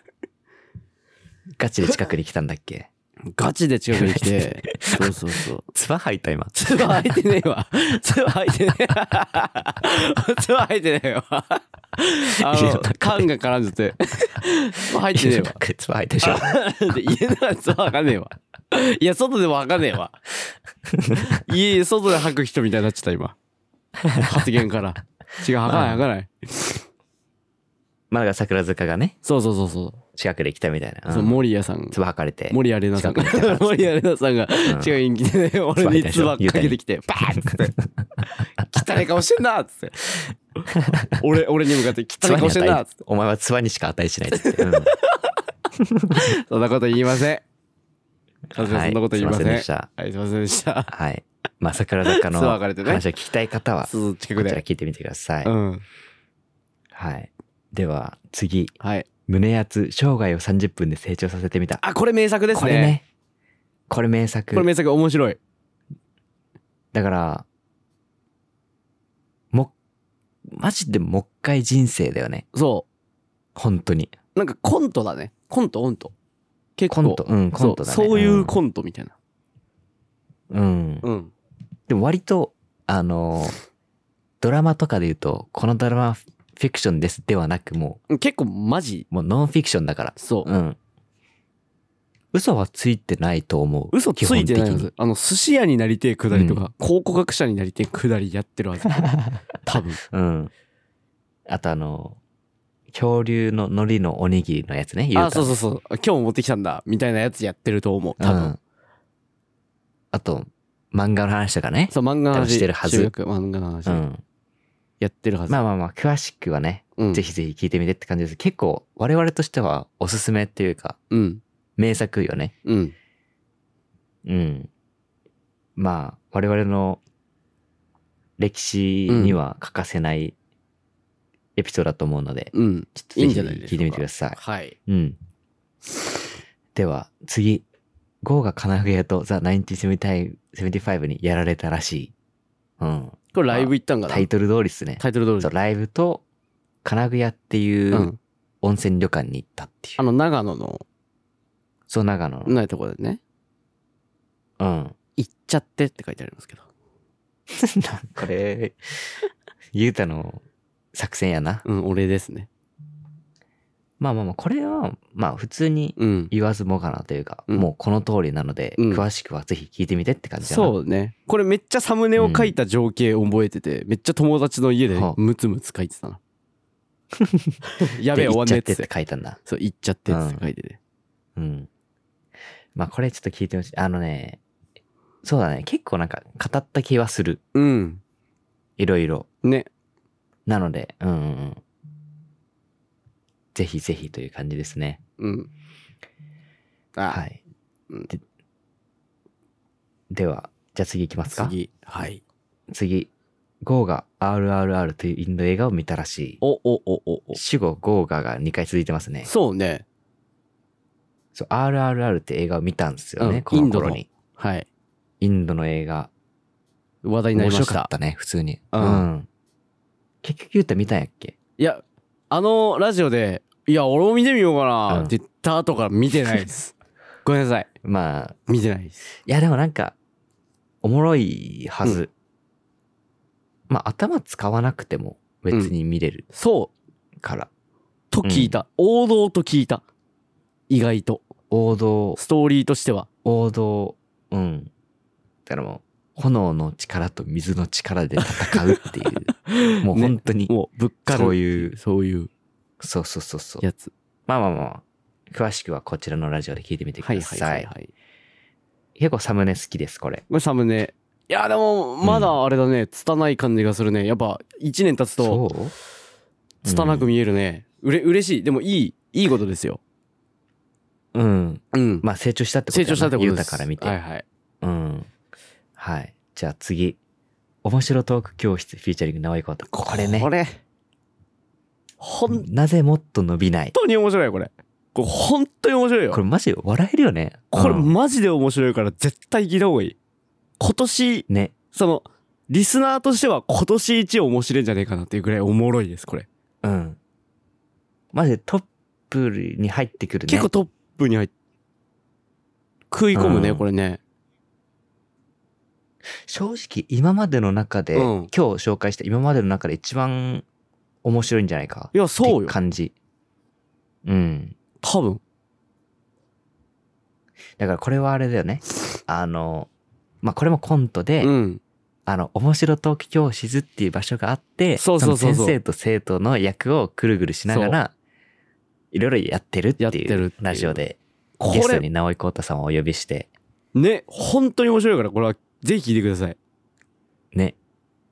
S1: ガチで近くに来たんだっけ
S2: ガチで近くに 来てそうそうそう
S1: ツバ吐いた今。
S2: つば開いてねえわつば開いてねえ つば開いてねえわあ
S1: いや
S2: の缶が絡んでてつば入ってねえ わ
S1: ツバ吐いたでしょ。
S2: で家のやつはわかんねえわ。いや、外でもわかんねえわ。家、外で吐く人みたいになっちゃった、今。発言から。違う、吐かない、吐かない。
S1: まあなんか桜塚がね、
S2: そうそうそうそう。
S1: 近くで来たみたいな。
S2: そう
S1: うん
S2: 森谷さん。
S1: ツバ吐かれて。
S2: 森アレナさんが
S1: 近くに来。た
S2: 森アレナさんが、
S1: うん
S2: 違う、人気 でね、俺に唾かけてきて、バーンっつって。汚い顔してんなっつって。俺、俺に向かって、汚い顔してん なっつって。
S1: お前はツバにしか値しないっつ って。うん
S2: そんなこと言いません。そんなこと言いません。
S1: は
S2: は
S1: すいませんでした
S2: いい、すいませんでした。
S1: はい。まあ桜坂の
S2: 唾吐かれてね
S1: 話を聞きたい方は、こ
S2: そう、近く
S1: ちら
S2: で。
S1: 聞いてみてください。
S2: うん。
S1: はい。では、次。
S2: はい。
S1: 胸圧、生涯を30分で成長させてみた。
S2: あ、これ名作です
S1: これ
S2: ね。
S1: ね。これ名作。
S2: これ名作面白い。
S1: だから、も、マジでもっかい人生だよね。
S2: そ
S1: 本当に。
S2: う。なんかコントだね。コント、コント。結
S1: コ
S2: 構。
S1: ント。うん、コントだね。
S2: そうそういうコントみたいな。
S1: うん。
S2: うん。
S1: でも割と、あの、ドラマとかで言うと、このドラマはフィクションですではなく、も
S2: 結構マジ。
S1: う、もうノンフィクションだから。
S2: そう。
S1: うん。嘘はついてないと思う。
S2: 嘘ついてないは
S1: 基本的に
S2: ず。あの、寿司屋になりてえくだりとか、考古学者になりてえくだりやってる はず。多分。
S1: うん。あとあの、恐竜の海苔のおにぎりのやつね。言
S2: あ、
S1: た
S2: そ
S1: ら
S2: うそうそう。今日も持ってきたんだ。みたいなやつやってると思う。多
S1: う
S2: 分
S1: ん。あと、漫画の話とかね。
S2: そう、漫
S1: 多
S2: 画の
S1: 分
S2: 話。
S1: してるはず
S2: 中学漫画の話
S1: う。ん。
S2: やってるはず。
S1: まあまあまあ、詳しくはね、
S2: うん
S1: ぜ。ひぜひ聞いてみてって感じです。結構、我々としてはおすすめっていうか、
S2: うん。
S1: 名作よね。
S2: うん。
S1: うん。まあ、我々の歴史には欠かせないエピソードだと思うので、
S2: うん。
S1: ちょっと
S2: いい
S1: ぜ
S2: ん
S1: ひ
S2: じゃないでしょうか
S1: 聞いてみてください。
S2: はい。
S1: うん。では、次。ゴーが金具屋とザ・1975にやられたらしい。うん。
S2: これライブ行ったんかな
S1: タイトル通りですね。
S2: タイトル通
S1: そう
S2: り。。
S1: ライブと金具屋っていううん温泉旅館に行ったっていう。
S2: あの、長野の、
S1: そう、長野 の。
S2: ないとこでね。
S1: うん。
S2: 行っちゃってって書いてありますけど。
S1: これ、ゆうたの作戦やな。
S2: うん、俺ですね。
S1: まあまあまあ、これは、まあ普通に
S2: うん。
S1: 言わずもがなというか、
S2: うん
S1: もうこの通りなので、
S2: うん
S1: 詳しくはぜひ聞いてみてって感じだな。
S2: そうね。これめっちゃサムネを書いた情景覚えてて、めっちゃ友達の家で
S1: はあ
S2: ムツムツ書いて たな。やべ
S1: で
S2: え、終
S1: 行っ
S2: わん
S1: ち
S2: ね
S1: ゃ
S2: え
S1: っ
S2: っ
S1: っ
S2: てつってて。
S1: 書いたんだ。
S2: そう、行っちゃってっつって書いてて。
S1: うん。まあこれちょっと聞いてほしい。あのね、そうだね。結構なんか語った気はする。
S2: うん。
S1: いろいろ。
S2: ね。
S1: なので、うんうんうん。ぜひぜひという感じですね。
S2: うん。あ
S1: は、い。
S2: うん
S1: ででは、じゃあ次いきますか。
S2: 次。はい。
S1: 次。ゴーガ RRR というインド映画を見たらし
S2: お、お、お、お、お
S1: い。。主語ゴーガが2回続いてますね。
S2: そうね。
S1: そう、RRR って映画を見たんですよね。
S2: うん
S1: この頃
S2: イ
S1: に。
S2: はい。
S1: インドの映画。
S2: 話題にな
S1: 面
S2: りま
S1: 白
S2: し。
S1: かったたね、普通に。
S2: う
S1: うんん。結局ゆうた見たんやっけ
S2: いや、あのラジオで、いや、俺も見てみようかな
S1: うん
S2: って言った後から見てない です。ごめんなさい。
S1: まあ、
S2: 見てないです。
S1: いやでもなんか、おもろいはず。まあ、頭使わなくても別に見れる
S2: そう。
S1: から。
S2: と聞いた、王道と聞いた意外と
S1: 王道、
S2: ストーリーとしては
S1: 王道、うん。だからもう、炎の力と水の力で戦う っていう。もう
S2: ね
S1: 本当に、
S2: もうぶっかる
S1: そういう
S2: そういう
S1: そうそうそうそう。
S2: やつ
S1: まあまあまあ、詳しくはこちらのラジオで聞いてみてく
S2: はい
S1: だ
S2: は
S1: さ
S2: い
S1: い。
S2: はいはい
S1: 結構サムネ好きです、これ。
S2: これサムネいやでもまだあれだね拙い感じがするねやっぱ1年経つと
S1: う
S2: 拙く見えるねうれ嬉しいでもいいいいことですよ
S1: うん。
S2: うん
S1: まあ成長したってことだよ
S2: 成
S1: な
S2: 長したってことです
S1: 豊から見て。
S2: はいはい
S1: うん。はい。じゃあ次。面白トーク教室フィーチャリング直井幸太。これね。
S2: これ。本
S1: なぜもっと伸びない
S2: 当に面白いこれ。これ本当に面白いよ。
S1: これマジ笑えるよね。
S2: これ
S1: うん
S2: マジで面白いから絶対聞いた方がいい。今年、
S1: ね。
S2: その、リスナーとしては今年一面白いんじゃねえかなっていうぐらいおもろいです、これ。
S1: うん。マジでトップに入ってくるね。
S2: 結構トップに入っ食い込むね、
S1: うん
S2: これね。
S1: 正直今までの中で、
S2: うん
S1: 今日紹介した今までの中で一番面白いんじゃないか。
S2: いや、そう
S1: って
S2: よ。
S1: 感じ。うん。
S2: 多分。
S1: だからこれはあれだよね。あの、まあ、これもコントで、
S2: うん。
S1: あの、面白トーク教室っていう場所があって、
S2: そうそうそうそ
S1: の先
S2: う
S1: 生と生徒の役をぐるぐるしながら、いろいろやってるって
S2: やってるって
S1: い
S2: いう
S1: うラジオで、
S2: こ
S1: ゲスト
S2: れ、
S1: に直井幸太さんをお呼びして、
S2: ね、本当に面白いから、これはぜひ聞いてください。
S1: ね。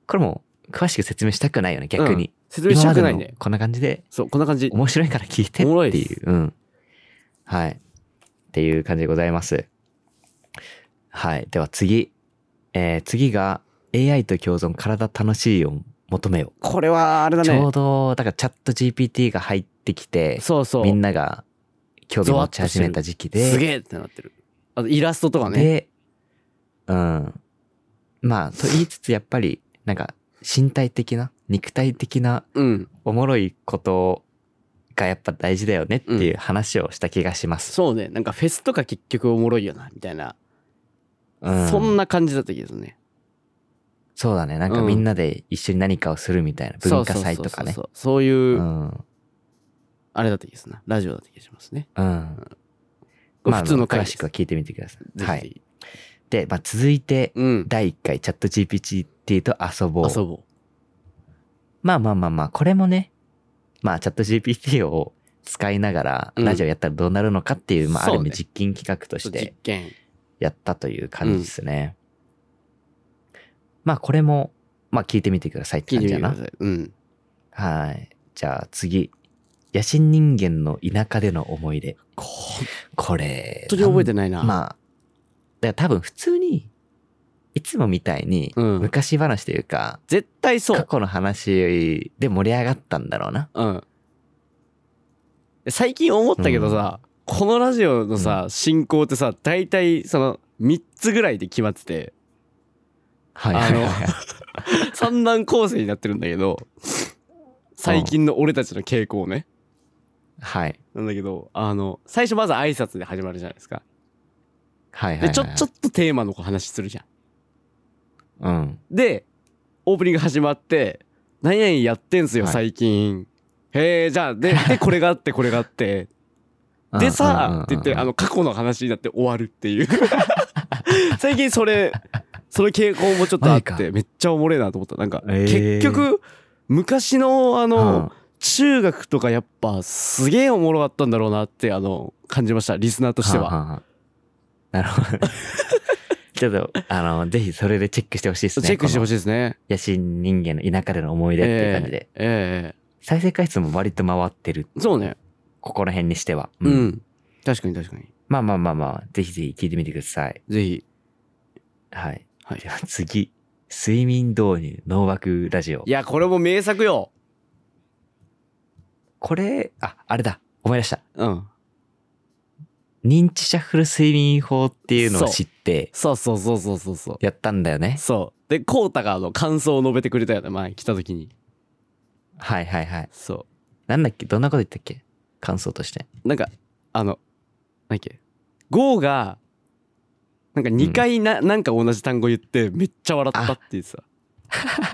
S1: これも、詳しく説明したくないよね、逆に。
S2: 説明したくない
S1: 今まで
S2: ね
S1: の。こんな感じで、
S2: そう、こんな感じ。
S1: 面白いから聞いてって
S2: おもろいで
S1: いう。うん。はい。っていう感じでございます。はい。では次。えー次が AI と共存体楽しいを求めよ
S2: これは、あれだ
S1: う。ちょう
S2: ね。
S1: ど、だからチャット GPT が入ってきて、
S2: そうそう。
S1: みんなが興味持ち始めた時期です
S2: げえってなってる。あと、イラストとかね。
S1: で、うん。まあ、と言いつつやっぱり、なんか身体的な、肉体的な
S2: うん。
S1: おもろいことがやっぱ大事だよねっていう話をした気がします。
S2: そうね。なんかフェスとか結局おもろいよな、みたいな。
S1: うん
S2: そんな感じだった気がするね。
S1: そうだね。なんか
S2: うん
S1: みんなで一緒に何かをするみたいな。文化祭とかね
S2: そ。うそうそうそうそういうう、
S1: ん。
S2: あれだった気がするな。ラジオだった気がしますね。
S1: うん。まあ、
S2: 普通の
S1: ク
S2: 回
S1: ラ
S2: です
S1: シックは聞いてみてください。
S2: ぜひ
S1: はい。で、まあ、続いて、
S2: うん。
S1: 第1回チャット GPT と遊ぼう。
S2: 遊ぼ
S1: まあまあまあまあ、これもね、まあ、チャット GPT を使いながら、
S2: うん
S1: ラジオやったらどうなるのかっていう、まあ、あ
S2: そう
S1: る
S2: ね
S1: 意味実験企画と
S2: う。
S1: し
S2: 実
S1: て
S2: 験。
S1: やったという感じですね。まあ、これも、まあ、聞いてみてくださいって
S2: 聞
S1: 感
S2: いて
S1: じ
S2: み
S1: だ
S2: てく
S1: な
S2: だ。さい。うん。
S1: はい。じゃあ次。野心人間の田舎での思い出。
S2: こ本
S1: これ。
S2: 当に覚えて
S1: な
S2: ないな。
S1: まあ。だから多分普通に、いつもみたいに、
S2: うん
S1: 昔話というか、
S2: 絶対そ
S1: 過
S2: う。
S1: 去の話で盛り上がったんだろうな。
S2: うん。最近思ったけどさ、このラジオのさ、進行ってさ、大体その3つぐらいで決まってて、
S1: はい
S2: あ
S1: はい
S2: の
S1: はい。
S2: 三段構成になってるんだけど、最近の俺たちの傾向ね。
S1: はい。
S2: なんだけど、あの、最初まず挨拶で始まるじゃないですか。
S1: はいはいはい。
S2: で、ちょ、ちょっとテーマの話するじゃん。
S1: うん。
S2: で、オープニング始まって、何々やってんすよ、
S1: はい
S2: 最近。へえ、じゃあ、で、 で、これがあって、これがあって。で
S1: うんうんうんうん
S2: さ、って言って、あ、の、過去の話になって終わるっていう。 最近それ、その傾向もちょっとあっ
S1: マジ
S2: て、めっちゃおもれえなと思った。なんか、
S1: えー
S2: 結局、昔の、あの、
S1: うん
S2: 中学とかやっぱすげえおもろかったんだろうなってあの感じましたリスナーとしては
S1: んんんなるほどね。 ちょっと、あの、ぜひそれでチェックしてほしいですね。
S2: チェックしてほ
S1: しい。
S2: しいですね
S1: 野心人間の田舎での思い出っていう感じで。
S2: えええ
S1: 再生回数も割と回ってる。
S2: えそうね
S1: ここら辺にしては。
S2: うん、確かに確かに
S1: まあまあまあまあ、ぜひぜひ聞いてみてください。
S2: ぜひ
S1: はい。
S2: はい
S1: では次。睡眠導入、脳枠ラジオ
S2: い。やこれも名作よ
S1: これ、あ、あれだ。思い出した。
S2: うん
S1: 認知シャッフル睡眠法っていうのを
S2: そう
S1: 知って、
S2: そうそうそうそうそうそう
S1: やったんだよね。
S2: そうでコウタがあの感想を述べてくれたよね前来た時に
S1: はいはいはい。
S2: そ
S1: なんだっけどんなこと言ったっけ感想として。
S2: うなんかあの何だっけゴーがなんか2回な,、なんか同じ単語言ってめっちゃ笑ったって言ってた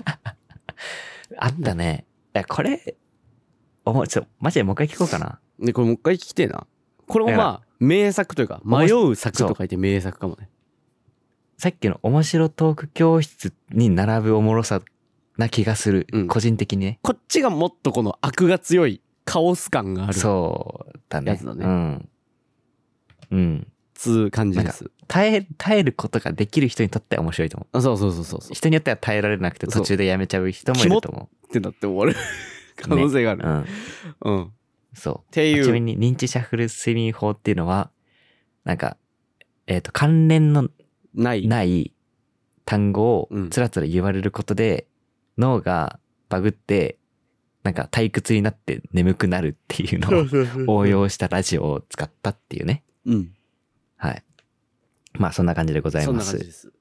S1: あったね。いや、これ、おも、ちょ、マジでもう一回聞こうかな。
S2: でこれもう一回聞きてえなこれもまあ名作というか迷う作と書いて名作かもね
S1: さっきの面白トーク教室に並ぶおもろさな気がする。
S2: うん
S1: 個人的にね。
S2: こっちがもっとこの悪が強いカオス感がある
S1: そうだね。
S2: やつだね
S1: うん。うん。
S2: つう感じです
S1: 耐え、耐えることができる人にとっては面白いと思う。
S2: あそうそうそうそうそう
S1: 人によっては耐えられなくて
S2: そう
S1: 途中でやめちゃう人もいると思
S2: ってなって終わる可能性があ
S1: う。
S2: る、
S1: うん。
S2: うんっ
S1: そ
S2: て
S1: う。
S2: い
S1: ちなみ
S2: う
S1: に認知シャッフル睡眠法っていうのは、なんか、えっ、と、関連の
S2: ない
S1: ない単語を
S2: うん
S1: つらつら言われることで、脳がバグって、なんか退屈になって眠くなるっていうのを応用したラジオを使ったっていうね。
S2: うん。
S1: はい。まあそんな感じでござい
S2: そん
S1: ま
S2: な感
S1: す。
S2: じです。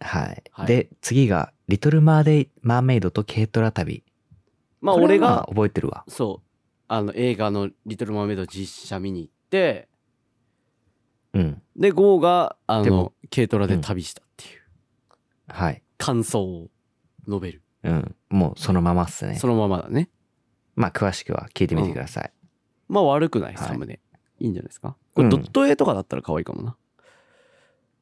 S1: はい、
S2: はい
S1: で、次が、リトルマーデイマーメイドと軽トラ旅。
S2: まあ
S1: これ
S2: 俺
S1: は
S2: が、
S1: 覚えてるわ。
S2: そう、あの映画のリトル・マーメイド実写見に行って、
S1: うん。
S2: で、ゴーが、あ
S1: で
S2: の
S1: も、
S2: 軽トラで旅したっていう
S1: はい。
S2: 感想を述べる。
S1: うん。もうそのままっすね
S2: そ。のままだね。
S1: まあ詳しくは聞いてみてください。
S2: まあ悪くないです、
S1: はい
S2: サムネ。いいんじゃないですか。これ
S1: うん
S2: ドット絵とかだったら可愛いかもな。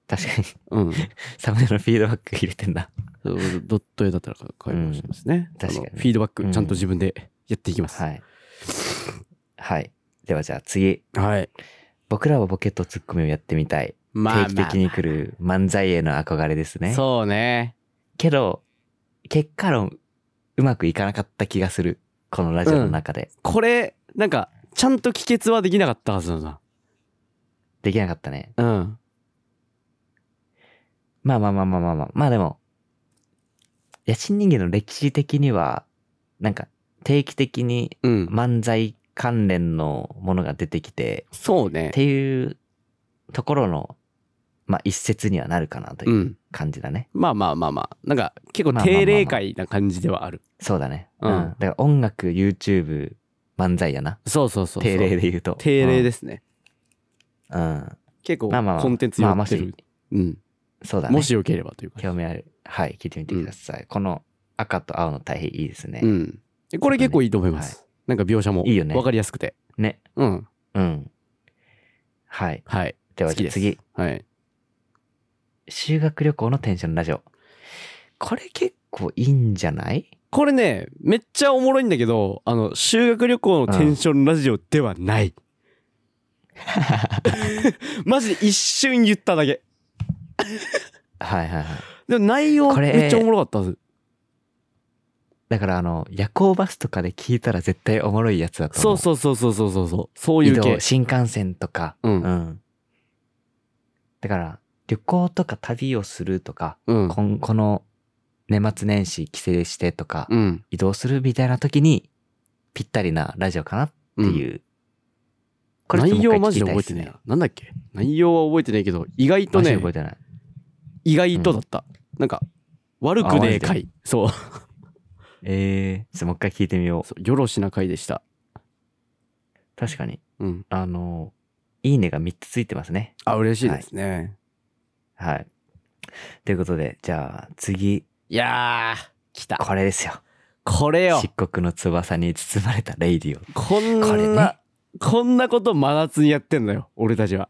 S1: 確かに、
S2: うん。
S1: サムネのフィードバック入れてんだ。
S2: そうドット絵だったら可愛いかもしれないですね。
S1: ん確かに
S2: あのフィードバック、ちゃんと自分でやっていきます。
S1: はい。はい。ではじゃあ次。
S2: はい。
S1: 僕らはボケとツッコミをやってみたい。
S2: ま
S1: 定
S2: あまあ
S1: 期
S2: まあ
S1: 的に来る漫才への憧れですね。
S2: そうね。
S1: けど、結果論、うまくいかなかった気がする。このラジオの中で。
S2: これ、なんか、ちゃんと帰結はできなかったはずだな。
S1: できなかったね。
S2: うん。
S1: まあまあまあまあまあまあ。まあでも、野心人間の歴史的には、なんか定期的に
S2: うん。
S1: 漫才関連のものが出てきて、
S2: そうね
S1: っ。ていうところの、まあ一節にはなるかなと
S2: う。
S1: いうん感じだね。
S2: まあまあまあまあ。なんか、結構
S1: まあまあまあま
S2: 定
S1: あ
S2: 例会な感じではある。
S1: そうだね。
S2: う
S1: うんん。だから音楽、YouTube、漫才やな。
S2: そうそうそうそう。
S1: 定例。で言うと。。
S2: 定例ですすね。
S1: うん。ま
S2: 結構、
S1: あまあまあ。
S2: コンテンツ
S1: ま
S2: や
S1: あも
S2: ってる
S1: し。、
S2: うん。
S1: そうだね。
S2: もしよければというか。
S1: 興味ある。はい、聞いてみてください。この赤と青の大変いいですね。
S2: うん。でこれ結構いいと思います。なんか描写も
S1: いいよね
S2: わかりやすくて。
S1: ね。
S2: うん。
S1: うん。はい。
S2: はい。
S1: では
S2: 好きです
S1: 次。
S2: はい。
S1: 修学旅行のテンションラジオ。これ結構いいんじゃない
S2: これね、めっちゃおもろいんだけど、あの、修学旅行のテンションラジオでは ない。マジで一瞬言っただけ。
S1: はいはいはい。
S2: でも内容
S1: これ
S2: めっちゃおもろかったはず。
S1: だからあの、夜行バスとかで聞いたら絶対おもろいやつだと
S2: そ
S1: 思う。
S2: うそうそうそうそうそうそう。そう
S1: 移
S2: いう系
S1: 動、。新幹線とか。
S2: う。
S1: うんん。だから、旅行とか旅をするとか、
S2: うん。
S1: こんこの年末年始帰省してとか、
S2: うん。
S1: 移動するみたいな時に、ぴったりなラジオかなって
S2: うん。
S1: いう。これちょっと
S2: 内
S1: もう
S2: 容
S1: 一回
S2: マジで
S1: 聞きた
S2: 覚
S1: っ
S2: え
S1: てす
S2: ねえな。なんだっけ内容は覚えてないけど、意外と
S1: マジで
S2: ね、
S1: 覚えてない。
S2: 意外とだった。なんか、悪くねえ回。そう。
S1: えー、ちょっともう一回聞いてみよう。
S2: そうよろしな回でした。
S1: 確かに。
S2: うん。
S1: あの、いいねが3つついてますね。
S2: あ、嬉しいですね。い、
S1: はい。ということで、じゃあ次、
S2: やー、来た。
S1: これですよ。
S2: これよ
S1: 漆。黒の翼に包まれたレイディオ。
S2: こんな、
S1: これね
S2: こんなこと真夏にやってんのよ。俺たちは。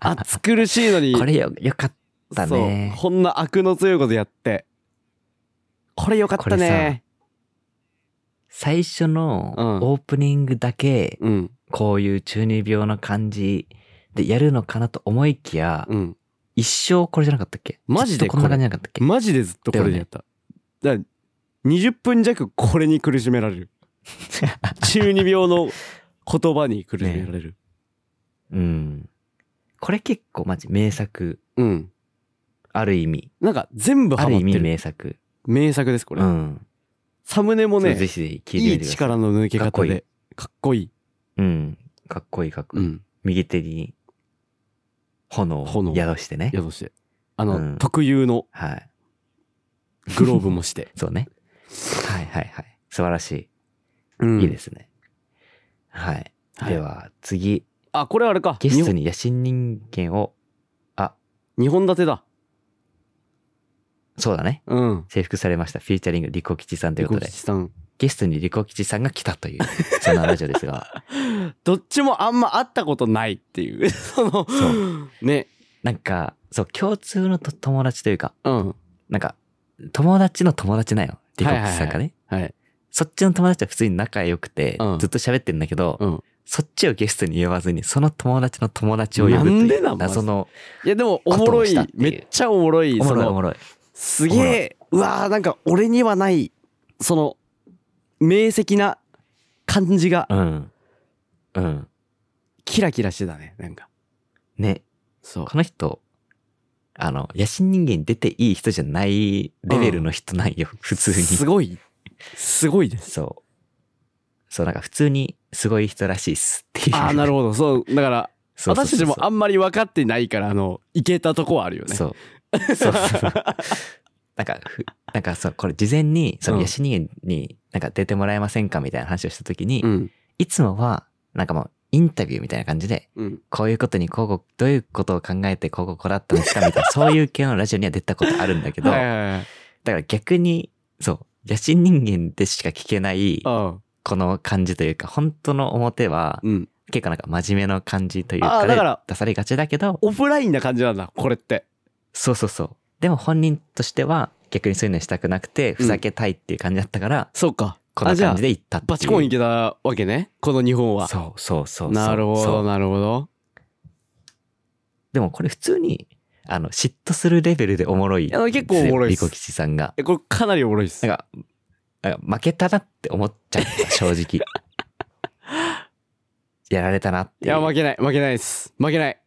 S2: 暑苦しいのに。
S1: これよ、よかったね
S2: そう。こんな悪の強いことやって。これよかったね。
S1: 最初の
S2: うん
S1: オープニングだけ、
S2: うん。
S1: こういう中二病の感じでやるのかなと思いきや、
S2: うん。
S1: 一生これじゃなかったっけ
S2: マジ
S1: ず
S2: で
S1: っとこんな感じじゃなかったっけ
S2: マジでずっとこれでやった。だから20分弱これに苦しめられる。中二病の言葉に苦しめられる。
S1: うん。これ結構マジ名作。
S2: うん。
S1: ある意味。
S2: なんか全部
S1: あ
S2: ハ
S1: る
S2: マっ
S1: 意味
S2: てる。
S1: 名作。
S2: 名作です、これ
S1: う。ん。
S2: サムネも
S1: それ
S2: ね
S1: ぜ、ひぜひ聞いて
S2: い
S1: みて
S2: い
S1: ください。
S2: 力の抜け
S1: かっこ
S2: 方
S1: いい
S2: で、かっこいい。
S1: うん。かっこいいかっこいい。
S2: うん。
S1: 右手に炎
S2: 炎
S1: を宿してね。
S2: 宿して。あ
S1: う
S2: の、
S1: ん
S2: 特有の
S1: はい。
S2: グローブもして。
S1: 。そうね。はいはいはい。素晴らしい。いいですすね。はい。
S2: はい
S1: では次、
S2: あ、これあれか。
S1: ゲスト
S2: に
S1: に野心人間を、あ、
S2: 二本立てだ。
S1: そうだね。
S2: うん。
S1: 征服されました。フィーチャリング、リコ吉さんということ
S2: 猫
S1: で、
S2: 吉さん。
S1: ゲストにリコ吉さんが来たという、そんなラジオです が、
S2: どっちもあんま会ったことないっていう。 その、
S1: そ
S2: ね。
S1: なんか、そう、共通のと友達というか、
S2: うん。
S1: なんか、友達の友達なんよ。リコ吉さんがね。
S2: はい。
S1: そっちの友達は普通に仲良くて、
S2: うん
S1: ずっと喋ってんだけど、
S2: うん。
S1: そっちをゲストに呼ばずに、その友達の友達を呼ぶと
S2: なん
S1: い
S2: で
S1: う
S2: なんマジで
S1: 謎の、
S2: いや、でも、お
S1: こ
S2: もろい
S1: とをしたっ。ていう
S2: めっちゃおもろい。
S1: おもろい
S2: その
S1: おもろい。
S2: すげえ。うわー、なんか、俺にはない、その、明晰な感じが、
S1: うん。うん。
S2: キラキラしてたね。なんか。
S1: ね、
S2: そう。
S1: この人、あの、野心人間に出ていい人じゃないレベルの人なんよ、普通に。
S2: すごい。すごい です。
S1: そう。そう、なんか普通にすごい人らしいっすっていう。
S2: ああ、なるほど。そう、だから、
S1: そうそう
S2: 私
S1: そう
S2: たち
S1: そう
S2: もあんまり分かってないから、あの、いけたとこはあるよね。
S1: そう。そうそう。 なんか、ふなんかそう、これ事前に、その、
S2: うん
S1: ヤシ人間に、なんか出てもらえませんかみたいな話をしたときに、
S2: うん。
S1: いつもは、なんかもう、インタビューみたいな感じで、
S2: うん。
S1: こういうことに、こうこう、どういうことを考えて、こうこう、こうだったんですかみたいな、そういう系のラジオには出たことあるんだけど、
S2: はい
S1: だ
S2: はいはい。
S1: から逆に、そう、野心人間でしか聞けない、
S2: あ
S1: この感じというか、本当の表は
S2: う、ん。
S1: 結構なんか真面目な感じという
S2: あ
S1: か
S2: ー
S1: で
S2: だから
S1: 出されがちだけど、
S2: オフラインな感じなんだ、これって。
S1: そうそうそう。でも本人としては逆にそういうのしたくなくて、ふざけたいっていう感じだったから、
S2: そうか。
S1: こんな
S2: あじゃ
S1: 感
S2: あ
S1: じで行ったっていう。
S2: バチコンいけたわけね。この日本は。
S1: そうそうそうそう。
S2: なるほ
S1: そ
S2: ど、
S1: う
S2: なるほど。
S1: でもこれ普通に、あの、嫉妬するレベルでおもろい。
S2: いや結構おもろいっ
S1: リ
S2: す
S1: コ吉さんが。
S2: え、これかなりおもろいっす。
S1: なんか、なんか負けたなって思っちゃった、正 直。やられたなって
S2: い
S1: いう。
S2: や、負けない、負けないっす。負けない。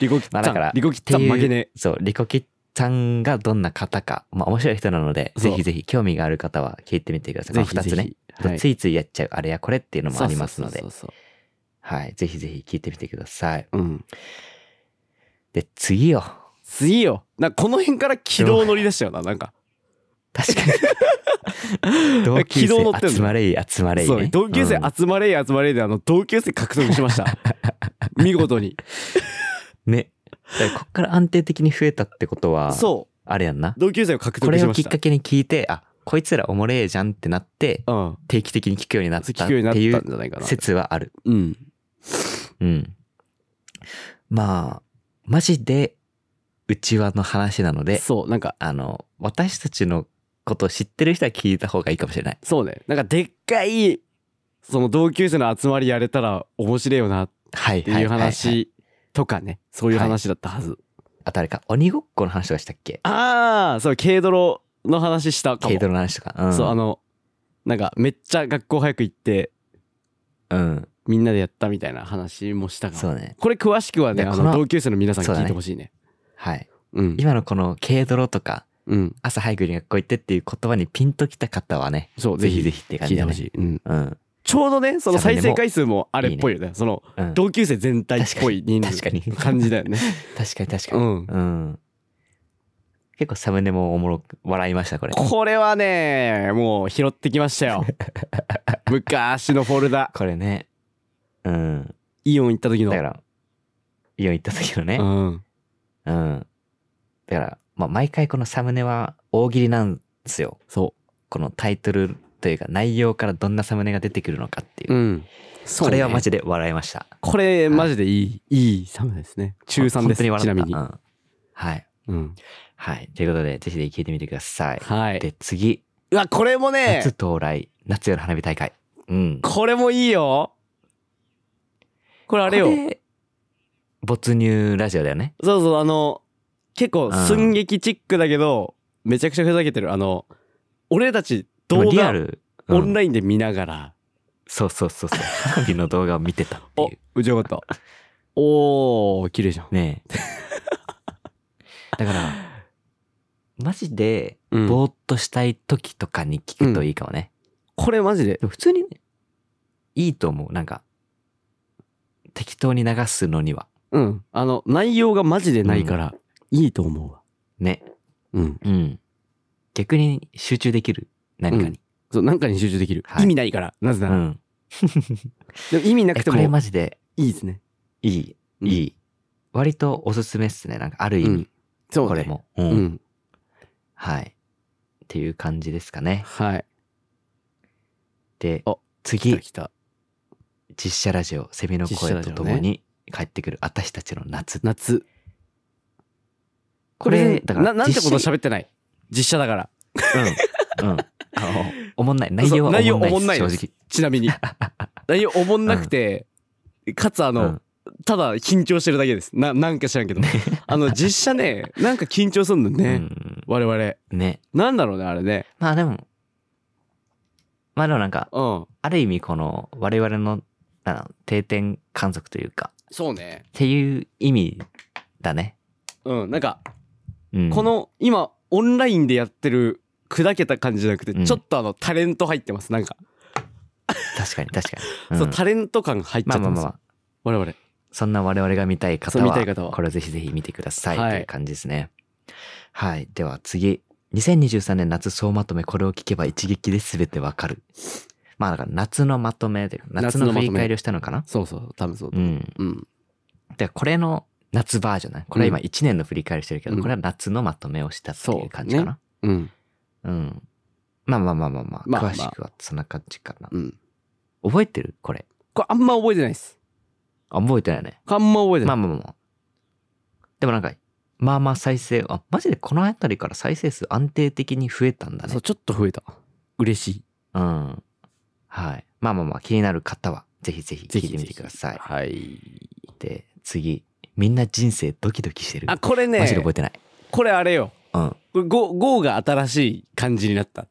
S2: リコキッ
S1: まあ
S2: タ
S1: だか
S2: ン
S1: ら、
S2: リコキッ
S1: って
S2: タン
S1: いう
S2: 負けねえ。
S1: そう、リコキさんがどんな方か、まあ面白い人なので、
S2: そ
S1: ぜ
S2: う
S1: ひぜひ興味がある方は聞いてみてください。
S2: ぜ
S1: こ
S2: ひ
S1: の
S2: ぜ
S1: 二つね
S2: ひ。。はい
S1: ついついやっちゃうあれやこれっていうのもありますので
S2: そう、そうそう
S1: はい。ぜひぜひ聞いてみてください。
S2: そううん。
S1: で、次よ。
S2: 次よ。なんかこの辺から軌道乗り出したよな、なんか。
S1: 確かに。同 級
S2: 軌道乗って
S1: 生
S2: んの
S1: 集まれい、集まれい、ね。
S2: そう、同級生
S1: うん
S2: 集まれ集まれで、あの、同級生獲得し ました。見事に。
S1: ね。だからこっから安定的に増えたってことは、
S2: そ
S1: あれやんな
S2: う、。同級生を獲
S1: こ
S2: 得
S1: れ
S2: し
S1: を
S2: ま
S1: き
S2: し。
S1: ったかけに聞いて、あ、こいつらおもれえじゃんってなって、
S2: うん。
S1: 定期的に聞くようになっ
S2: そう
S1: たっ
S2: 聞く
S1: て
S2: ようにな
S1: いう
S2: ったんじゃないかな。
S1: 説はある。
S2: うん。
S1: うん。まあ、マジで、うちわの話なので、
S2: そう、なんか、
S1: あの、私たちのことを知ってる人は聞いた方がいいかもしれない。
S2: そうね。なんかでっかい、その同級生の集まりやれたら面白いよなっ
S1: はい、
S2: て
S1: はい。
S2: いう
S1: はいはい
S2: 話とかね。そういう話だったはず。
S1: あとあれか、鬼ごっこの話とかしたっけ
S2: ああ、そう、軽泥の話したかも
S1: 軽。度の話とか。うん。
S2: そう、あの、なんかめっちゃ学校早く行って、
S1: うん。
S2: みんなでやったみたいな話もしたか
S1: そ
S2: も。
S1: うね。
S2: これ詳しくはね、
S1: で
S2: あ
S1: こ
S2: の
S1: の
S2: 同級生の皆さん
S1: そうだ
S2: 聞い
S1: ね
S2: てほしいね。
S1: はい。
S2: うん。
S1: 今のこの軽度とか、
S2: うん。
S1: 朝早くに学校行ってっていう言葉にピンときた方はね、
S2: そう、
S1: ぜ
S2: ぜ
S1: ひ
S2: ひ
S1: ぜ
S2: ぜひ
S1: ひって感
S2: 聞
S1: じ
S2: い
S1: で、
S2: て
S1: ね。
S2: ほしい。うん。
S1: うん。
S2: ちょうどね、その再生回数もあれっぽいよね。その
S1: うん。
S2: 同級生全体っぽい人数
S1: 確かに。
S2: 感じだよね。
S1: 確かに確か
S2: う
S1: に。
S2: ん。
S1: うん。結構サムネもおもろく、笑いました、これ。
S2: これはね、もう拾ってきまし たよ。昔のフォルダ、
S1: これね。うん。
S2: イオン行った時の。
S1: だから、イオン行った時のね。
S2: うん。
S1: うん。だから、まあ、毎回このサムネは大喜利なんですよ。
S2: そ。
S1: このタイトルというか内容からどんなサムネが出てくるのかっていうう。
S2: うん。
S1: これはマ
S2: ジ
S1: ジで笑いました。
S2: これマジでいい、いいサムですね。中3です、
S1: 本
S2: ち
S1: 当
S2: な
S1: に笑っ
S2: み
S1: た
S2: に。
S1: うんはい。
S2: うん。
S1: はい。ということで、ぜひぜひ聞いてみてください。
S2: はい。
S1: で、次。
S2: うわ、これもね
S1: 夏、到来、夏夜花火大会。うん。
S2: これもいいよ。これあ
S1: あ
S2: れよ。そう
S1: 没入ラジオだよね。
S2: そう、あの、結
S1: う
S2: 構
S1: ん
S2: 寸劇チックだけど、めちゃくちゃふざけてる。あの、俺たち
S1: でも
S2: 動
S1: リア
S2: 画、
S1: ル。うん
S2: オンラインで見ながら、
S1: そうそうそうそう。花火の動画を見てたって
S2: お
S1: いう。、
S2: うちよ かった。おー、綺麗じゃん。
S1: ねえ。だから、マジで、
S2: うん
S1: ぼーっとしたい時とかに聞くといいかもね。
S2: これマジで
S1: でも普通にね、いいと思う。なんか、適当に流すのには。
S2: うんあの内容がマジでないからいいと思うわ
S1: ね。
S2: うん
S1: うん。逆に集中できる。何かに。
S2: そうなんかに集中できる、
S1: はい
S2: 意味ないからなぜ
S1: う。
S2: なんら、でも意味な
S1: え
S2: くて
S1: これ
S2: も
S1: マジで、
S2: いいですね
S1: いい、
S2: うん
S1: いい。割とおすすめっすね。なんか、ある意
S2: う
S1: 味
S2: ん、そう
S1: こ
S2: だ
S1: れ
S2: ね
S1: も。う。
S2: うんん
S1: はい。っていう感じですかね。
S2: はい
S1: で
S2: お、来
S1: 次
S2: た。来た
S1: 実写ラジオセミの声とともに帰ってくる私たちの夏、
S2: 夏
S1: これだか
S2: だかららななんてこと
S1: 実写
S2: 喋ってない実写だから
S1: うんう んあのおもんない内容は
S2: そう内容
S1: おもんない
S2: おもんない
S1: で
S2: です
S1: す正
S2: ち なみに内容おもんなくて、かつあ
S1: 直
S2: の、ただ緊張してるだけですななんか知らんけどあの実 写ねなんか緊張すんの
S1: うん
S2: ね、
S1: うん
S2: 我々
S1: ね
S2: なんだろうねあれね
S1: まあでもまあでもなんか
S2: うん
S1: ある意味この我々のあの定点観測というか
S2: そうね
S1: っていう意味だね、
S2: うん、なんか、
S1: うん、
S2: この、今、オンラインでやってる、砕けた感じじゃなくて、
S1: うん
S2: ちょっとあの、タレント入ってます。なんか、
S1: 確かに確かに、
S2: そうう、
S1: ん
S2: タレント感入っちゃ
S1: ま
S2: って
S1: あまあ
S2: ま。
S1: ますあまあ
S2: 我々。
S1: そんな我々が見たい方
S2: そう
S1: は
S2: 見たい方は
S1: これをぜひぜひ見てください、
S2: はい
S1: という感じですねはいでは次2023年夏総まとめこれを聞けば一撃で全てわかるまあだから夏のまとめで夏
S2: 夏の
S1: の
S2: まとめ
S1: 振り返りをしたのかな
S2: そうそう、多分そう。
S1: うん
S2: うん。
S1: でこれの夏バージョンねこれは今
S2: う
S1: 1年の振り返りしてるけど、
S2: うん
S1: これは夏のまとめをしたっていう感じかな
S2: うん。
S1: う,、んまあまあまあまあまあ、
S2: まあまあ
S1: 詳しくはそんな感じかな、
S2: うん。
S1: 覚えてるこれ
S2: これ、あんま覚えてないです。
S1: あ覚えてないね
S2: あんま覚えて
S1: まあまあ
S2: ない。
S1: まあまあ。でもなんか、まあまあ再生、あ、マジでこの辺りから再生数安定的に増えたんだね
S2: そう、。ちょっと増えた。嬉しい。
S1: うん。はい。まあまあまあ、気になる方は、ぜひぜひ聞いてみてください。
S2: はい。
S1: で、次、みんな人生ドキドキしてる。
S2: あ、これ
S1: マ
S2: ね
S1: ジで、覚えてない。
S2: これあれよ。
S1: うん。
S2: これ GO, GO が新しい感じになった。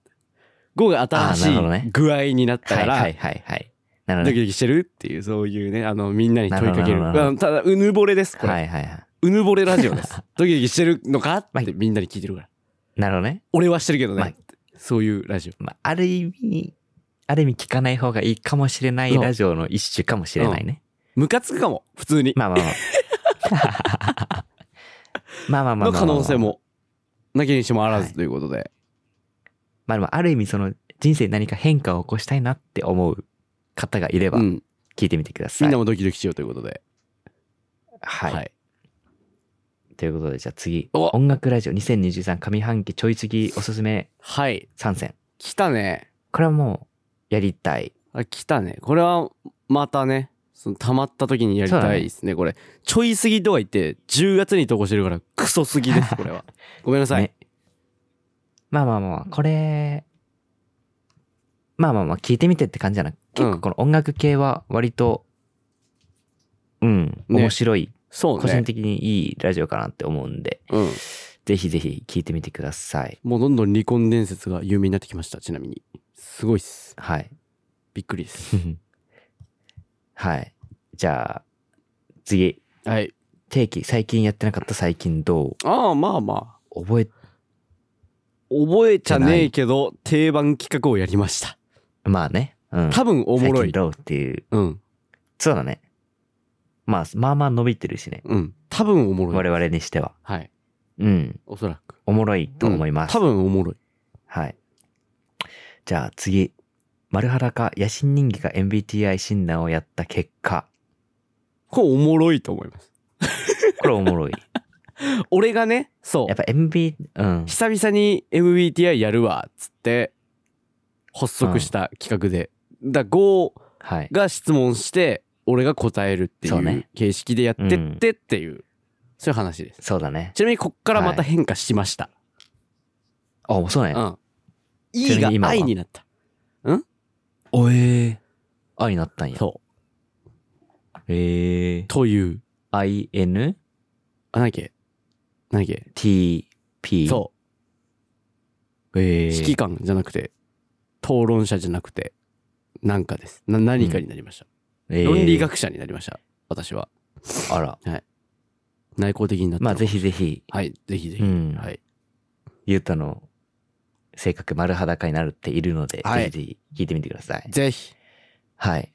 S2: GO が新
S1: あー
S2: し
S1: なるほどね
S2: い具合になった
S1: は
S2: か
S1: いは
S2: ら
S1: い、はいはい。なるほど
S2: ド
S1: ね。
S2: キドキしてるっていう、そういうね、あの、みんなに問いかける。
S1: なるほどなるほど
S2: あのただ、うぬぼれです、これ。
S1: はいはいは
S2: うぬぼれラジオ です。ドキドキしてるのか
S1: まあ
S2: ってみんなに聞いてるから。
S1: い。なるほどね。
S2: 俺はしてるけど
S1: まあ
S2: ね。そういうラジオ。
S1: まあ、ある意味、ある意味聞かない方がいいかもしれない
S2: そう
S1: ラジオの一種かもしれないね。
S2: ムカつくかも、普通に。
S1: まあまあまあ。 まあまあまあまあまあ
S2: の
S1: まあ。
S2: 可能性も、なきにしもあらずということで。
S1: まあでもある意味その人生に何か変化を起こしたいなって思う方がいれば
S2: うん。
S1: 聞いてみてください。
S2: みんなもドキドキしようということで。
S1: はい、
S2: はい。
S1: ということでじゃあ次
S2: お
S1: 音楽ラジオ2023上半期ちょい次おすすめ
S2: はい。
S1: 参戦
S2: 来たね。
S1: これはもうやりたい
S2: あ来たねこれはまたねその溜まった時にやりたいですねこれちょいすぎとは言って10月に投稿してるからクソす ぎですこれはごめんなさい、
S1: ねまあまあまあこれまあまあまあ聞いてみてって感じじゃない結
S2: う
S1: 構
S2: ん
S1: この音楽系は割とうん
S2: ね
S1: 面白い、
S2: そう
S1: 個人
S2: ね、
S1: 的にいいラジオかなって思うんで
S2: うん、
S1: ぜひぜひ聞いてみてください
S2: もうどんどん離婚伝説が有名になってきましたちなみにすごいっす
S1: はい
S2: びっくりです
S1: はい。じゃあ、次。
S2: はい
S1: 定期、最近やってなかった最近ど
S2: ああまあまあ
S1: う覚
S2: 覚えちゃねえけど定番企画をやりました
S1: え、まあね。うん。
S2: 多分おもろ
S1: 最近
S2: い
S1: どうっていう。
S2: うん
S1: そうだね。まあ、まあまあ伸びてるしね。
S2: うん多分おもろい
S1: 我々にしては。
S2: はい
S1: うん。
S2: おそらく
S1: おもろいと思います。
S2: うん多分おもろい
S1: はい。じゃあ次。丸裸野心人気が MBTI 診断をやった結果。
S2: これおもろいと思います
S1: これおもろ い。
S2: 俺がねそう
S1: やっぱ MB、うん。
S2: 久々に MBTI やるわっつって発足した企画で、だ GO
S1: はい。
S2: が質問して俺が答えるってい
S1: そう
S2: う
S1: ね
S2: 形式でやってってっていうそういう話です
S1: そうだね。
S2: ちなみにこっからまた変化しました、
S1: あ、そうね。
S2: うん
S1: ち
S2: E
S1: なみに今
S2: が
S1: は
S2: I になった
S1: おえー。愛になったんや。
S2: そう
S1: ええー。
S2: という
S1: INTP
S2: あ何だっけ何だっけそう
S1: え
S2: う指揮官じゃなくて討論者じゃなくて何かですな何かになりました、
S1: えー
S2: 論理学者になりました私は
S1: あら
S2: 内向的になった
S1: まあ
S2: の
S1: ぜひぜひ
S2: はいぜひぜひ、
S1: うん
S2: はい
S1: ゆうたの性格丸裸になるっているので、
S2: はい
S1: ぜひぜひ聞いてみてください
S2: ぜひ。
S1: はい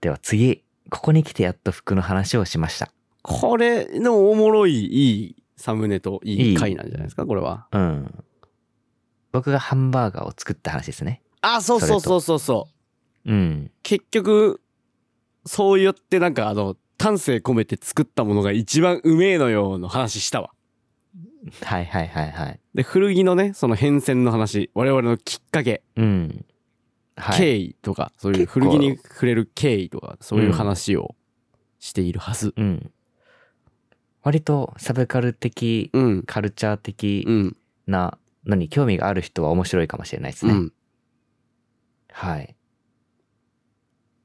S1: では次ここに来てやっと服の話をしました
S2: これのおもろい、いいサムネとい
S1: いい
S2: い回なんじゃないですか、これは。
S1: うん僕がハンバーガーを作った話ですね
S2: あ、そうそうそうそうそう。
S1: うん
S2: 結局、そう言ってなんかあの、丹精込めて作ったものが一番うめえのようの話したわ。
S1: はいはいはいはい
S2: で、古着のね、その変遷の話、我々のきっかけ、
S1: うんはい
S2: 経緯とか、そういう
S1: 結構
S2: 古着に触れる経緯とか、そういう話をしているはず。
S1: うん割とサブカル的
S2: うん。
S1: カルチャー的
S2: うん。
S1: なのに興味がある人は面白いかもしれないです
S2: う
S1: ね。
S2: ん。
S1: はい。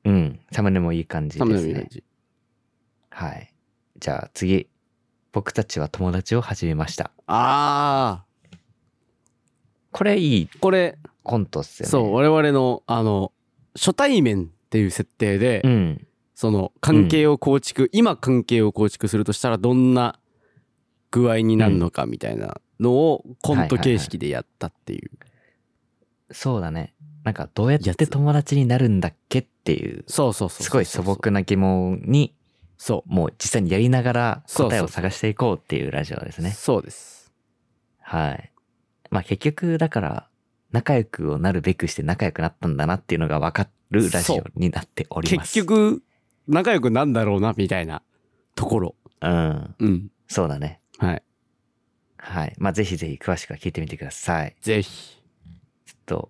S1: うん。サムネもいい感じ
S2: サム
S1: で
S2: ネの
S1: す
S2: イメー
S1: ね。
S2: ジ。
S1: はい。じゃあ次。僕たちは友達を始めました。
S2: あ
S1: これいい
S2: ー、これ、
S1: コントっすよね。
S2: そう我々のあの初対面っていう設定で、
S1: うん。
S2: その関係を構築、今関係を構築するとしたらどんな具合になるのかみたいなのをコント形式でやったっていう、
S1: そうだね。なんかどうやっ
S2: や
S1: て
S2: つ
S1: 友達になるんだっけっていう、
S2: そうそうそうそう
S1: すごい素朴な疑問に、
S2: そ
S1: もう実際にやりながら
S2: そうそう
S1: 答えを探していこうっていうラジオです
S2: う、
S1: ね。
S2: そうです
S1: はい。まあ結局だから仲良くをなるべくして仲良くなったんだなっていうのが分かるラジ
S2: そ
S1: オになっております。
S2: 結。局仲良くなんだろうなみたいなところ
S1: うん。
S2: うん
S1: そうだね。
S2: はい
S1: はい。まあぜひぜひ詳しくは聞いてみてください。
S2: ぜひ
S1: ちょっと、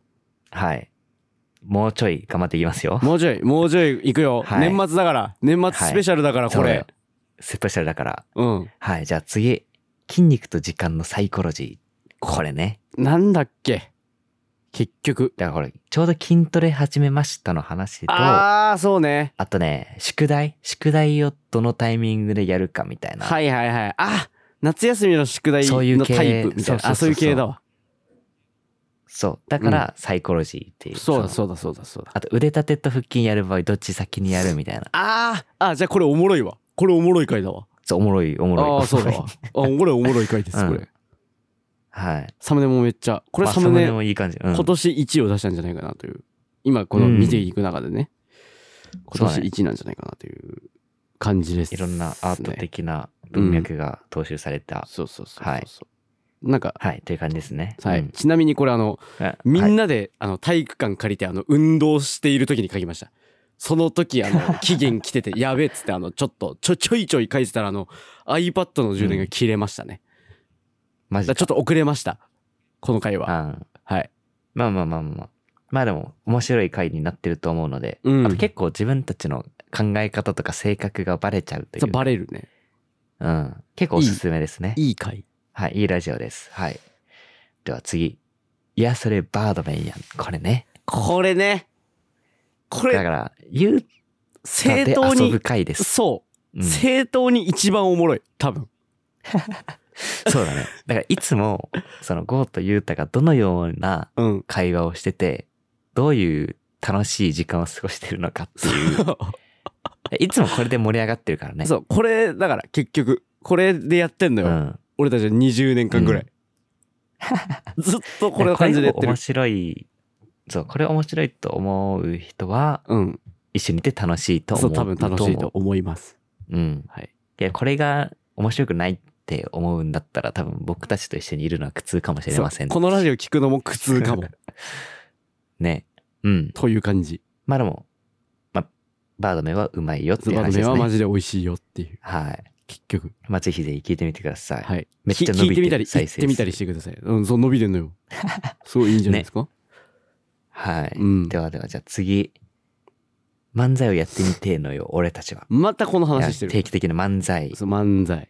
S1: はい。もうちょい頑張っていきますよ。
S2: もうちょいもうちょい行くよ、
S1: はい
S2: 年末だから年末スペシャルだからこ
S1: そうだ
S2: れ、
S1: よスペシャルだから。
S2: うん
S1: はい。じゃあ次。筋肉と時間のサイコロジー。これね。
S2: なんだっけ結局
S1: だからこれ、ちょうど筋トレ始めましたの話と、あ
S2: ああそうね
S1: とね、宿題宿題をどのタイミングでやるかみたいな。
S2: はいはいはいあ夏休みの宿題
S1: そういう
S2: の
S1: 系
S2: タイプみたいな
S1: そそ
S2: あそう
S1: うそうそう
S2: ういう系だわ
S1: そう。だから、サイコロジーっていう。
S2: そうだ
S1: う。
S2: そうだそうだそうだ
S1: あと、腕立てと腹筋やる場合、どっち先にやるみたいな。
S2: あーあじゃあこれおもろいわこれおもろい回だわ
S1: そう、おもろい、おもろい。
S2: ああそうだ
S1: おもろい
S2: わあこれおもろい回です
S1: うん
S2: これ
S1: はい。
S2: サムネもめっちゃこれ
S1: まあ
S2: サムネ
S1: もいい感じ。うん
S2: 今年1位を出したんじゃないかなという今この見ていく中でね今
S1: そう
S2: 年
S1: ね
S2: 1位なんじゃないかなという感じです
S1: いろんなアート的な文脈が踏襲された。
S2: そうそうそう
S1: は
S2: そう
S1: い
S2: そうなんか
S1: はい、という感じですね。
S2: は
S1: う
S2: い
S1: ん、
S2: ちなみにこれあの
S1: あ
S2: み
S1: は
S2: ん
S1: い
S2: なで、あの体育館借りてあの運動している時に書きましたその時 あの期限来ててやべえっつってあのちょっとちょちょいちょい書いてたらあの iPad の充電が切れましたね、
S1: マジ
S2: だから
S1: で。
S2: ちょっと遅れましたこの回は
S1: あー
S2: はい
S1: まあまあまあまあまあ。まあでも、面白い回になってると思うので、
S2: うん
S1: あと結構自分たちの考え方とか性格がバレちゃうとい
S2: そう
S1: う。
S2: バレるね
S1: うん。結構おすすめですね。
S2: いい回
S1: はい、いいラジオです。はい。では次。いや、それバードメンやん。これね。
S2: これねこ
S1: だか
S2: れ
S1: ら、言うた
S2: 正
S1: で
S2: 当
S1: 遊ぶ
S2: に
S1: 回です。
S2: そうう、
S1: ん、そ
S2: 正当に一番おもろい多分
S1: うだね。だから、いつも、その、ゴーとユータがどのような
S2: うん
S1: 会話をしてて、どういう楽しい時間を過ごしてるのかっていう。いつもこれで盛り上がってるからね。
S2: そうこれだから結局これでやってんのよ、
S1: ん。
S2: 俺たちは20年間ぐらい、 ずっとこれの感じでやって
S1: これ
S2: る
S1: 面白い。そう、これ面白いと思う人は、
S2: うん
S1: 一緒にいて楽しいと思
S2: そう
S1: う。
S2: 多分楽しいと思います
S1: うん。
S2: はい。
S1: で、これが面白くないって思うんだったら、多分僕たちと一緒にいるのは苦痛かもしれません。
S2: そうこのラジオ聞くのも苦痛 かも
S1: ね。うん。
S2: という感じ
S1: まあでも、まあ、バードメンはうまいよって
S2: ズ
S1: いう
S2: バの
S1: 話で
S2: 目
S1: す
S2: はマ
S1: ね。
S2: ジで美味しいよっていう
S1: はい。
S2: 結局
S1: まあぜひぜひ聞いてみてください。。
S2: はいい
S1: めっちゃ
S2: き
S1: 伸
S2: 聞いて
S1: び
S2: み
S1: て
S2: た
S1: る
S2: り
S1: 再
S2: 行
S1: 生数
S2: ってみたりしてくださいうんそう伸びてんのよそういいんじゃないで すか、
S1: はい。
S2: うん
S1: ではでは、じゃあ次。漫才をやってみてえのよ、俺たちは。
S2: またこの話して
S1: 定
S2: る
S1: 期的な漫才。
S2: そう漫才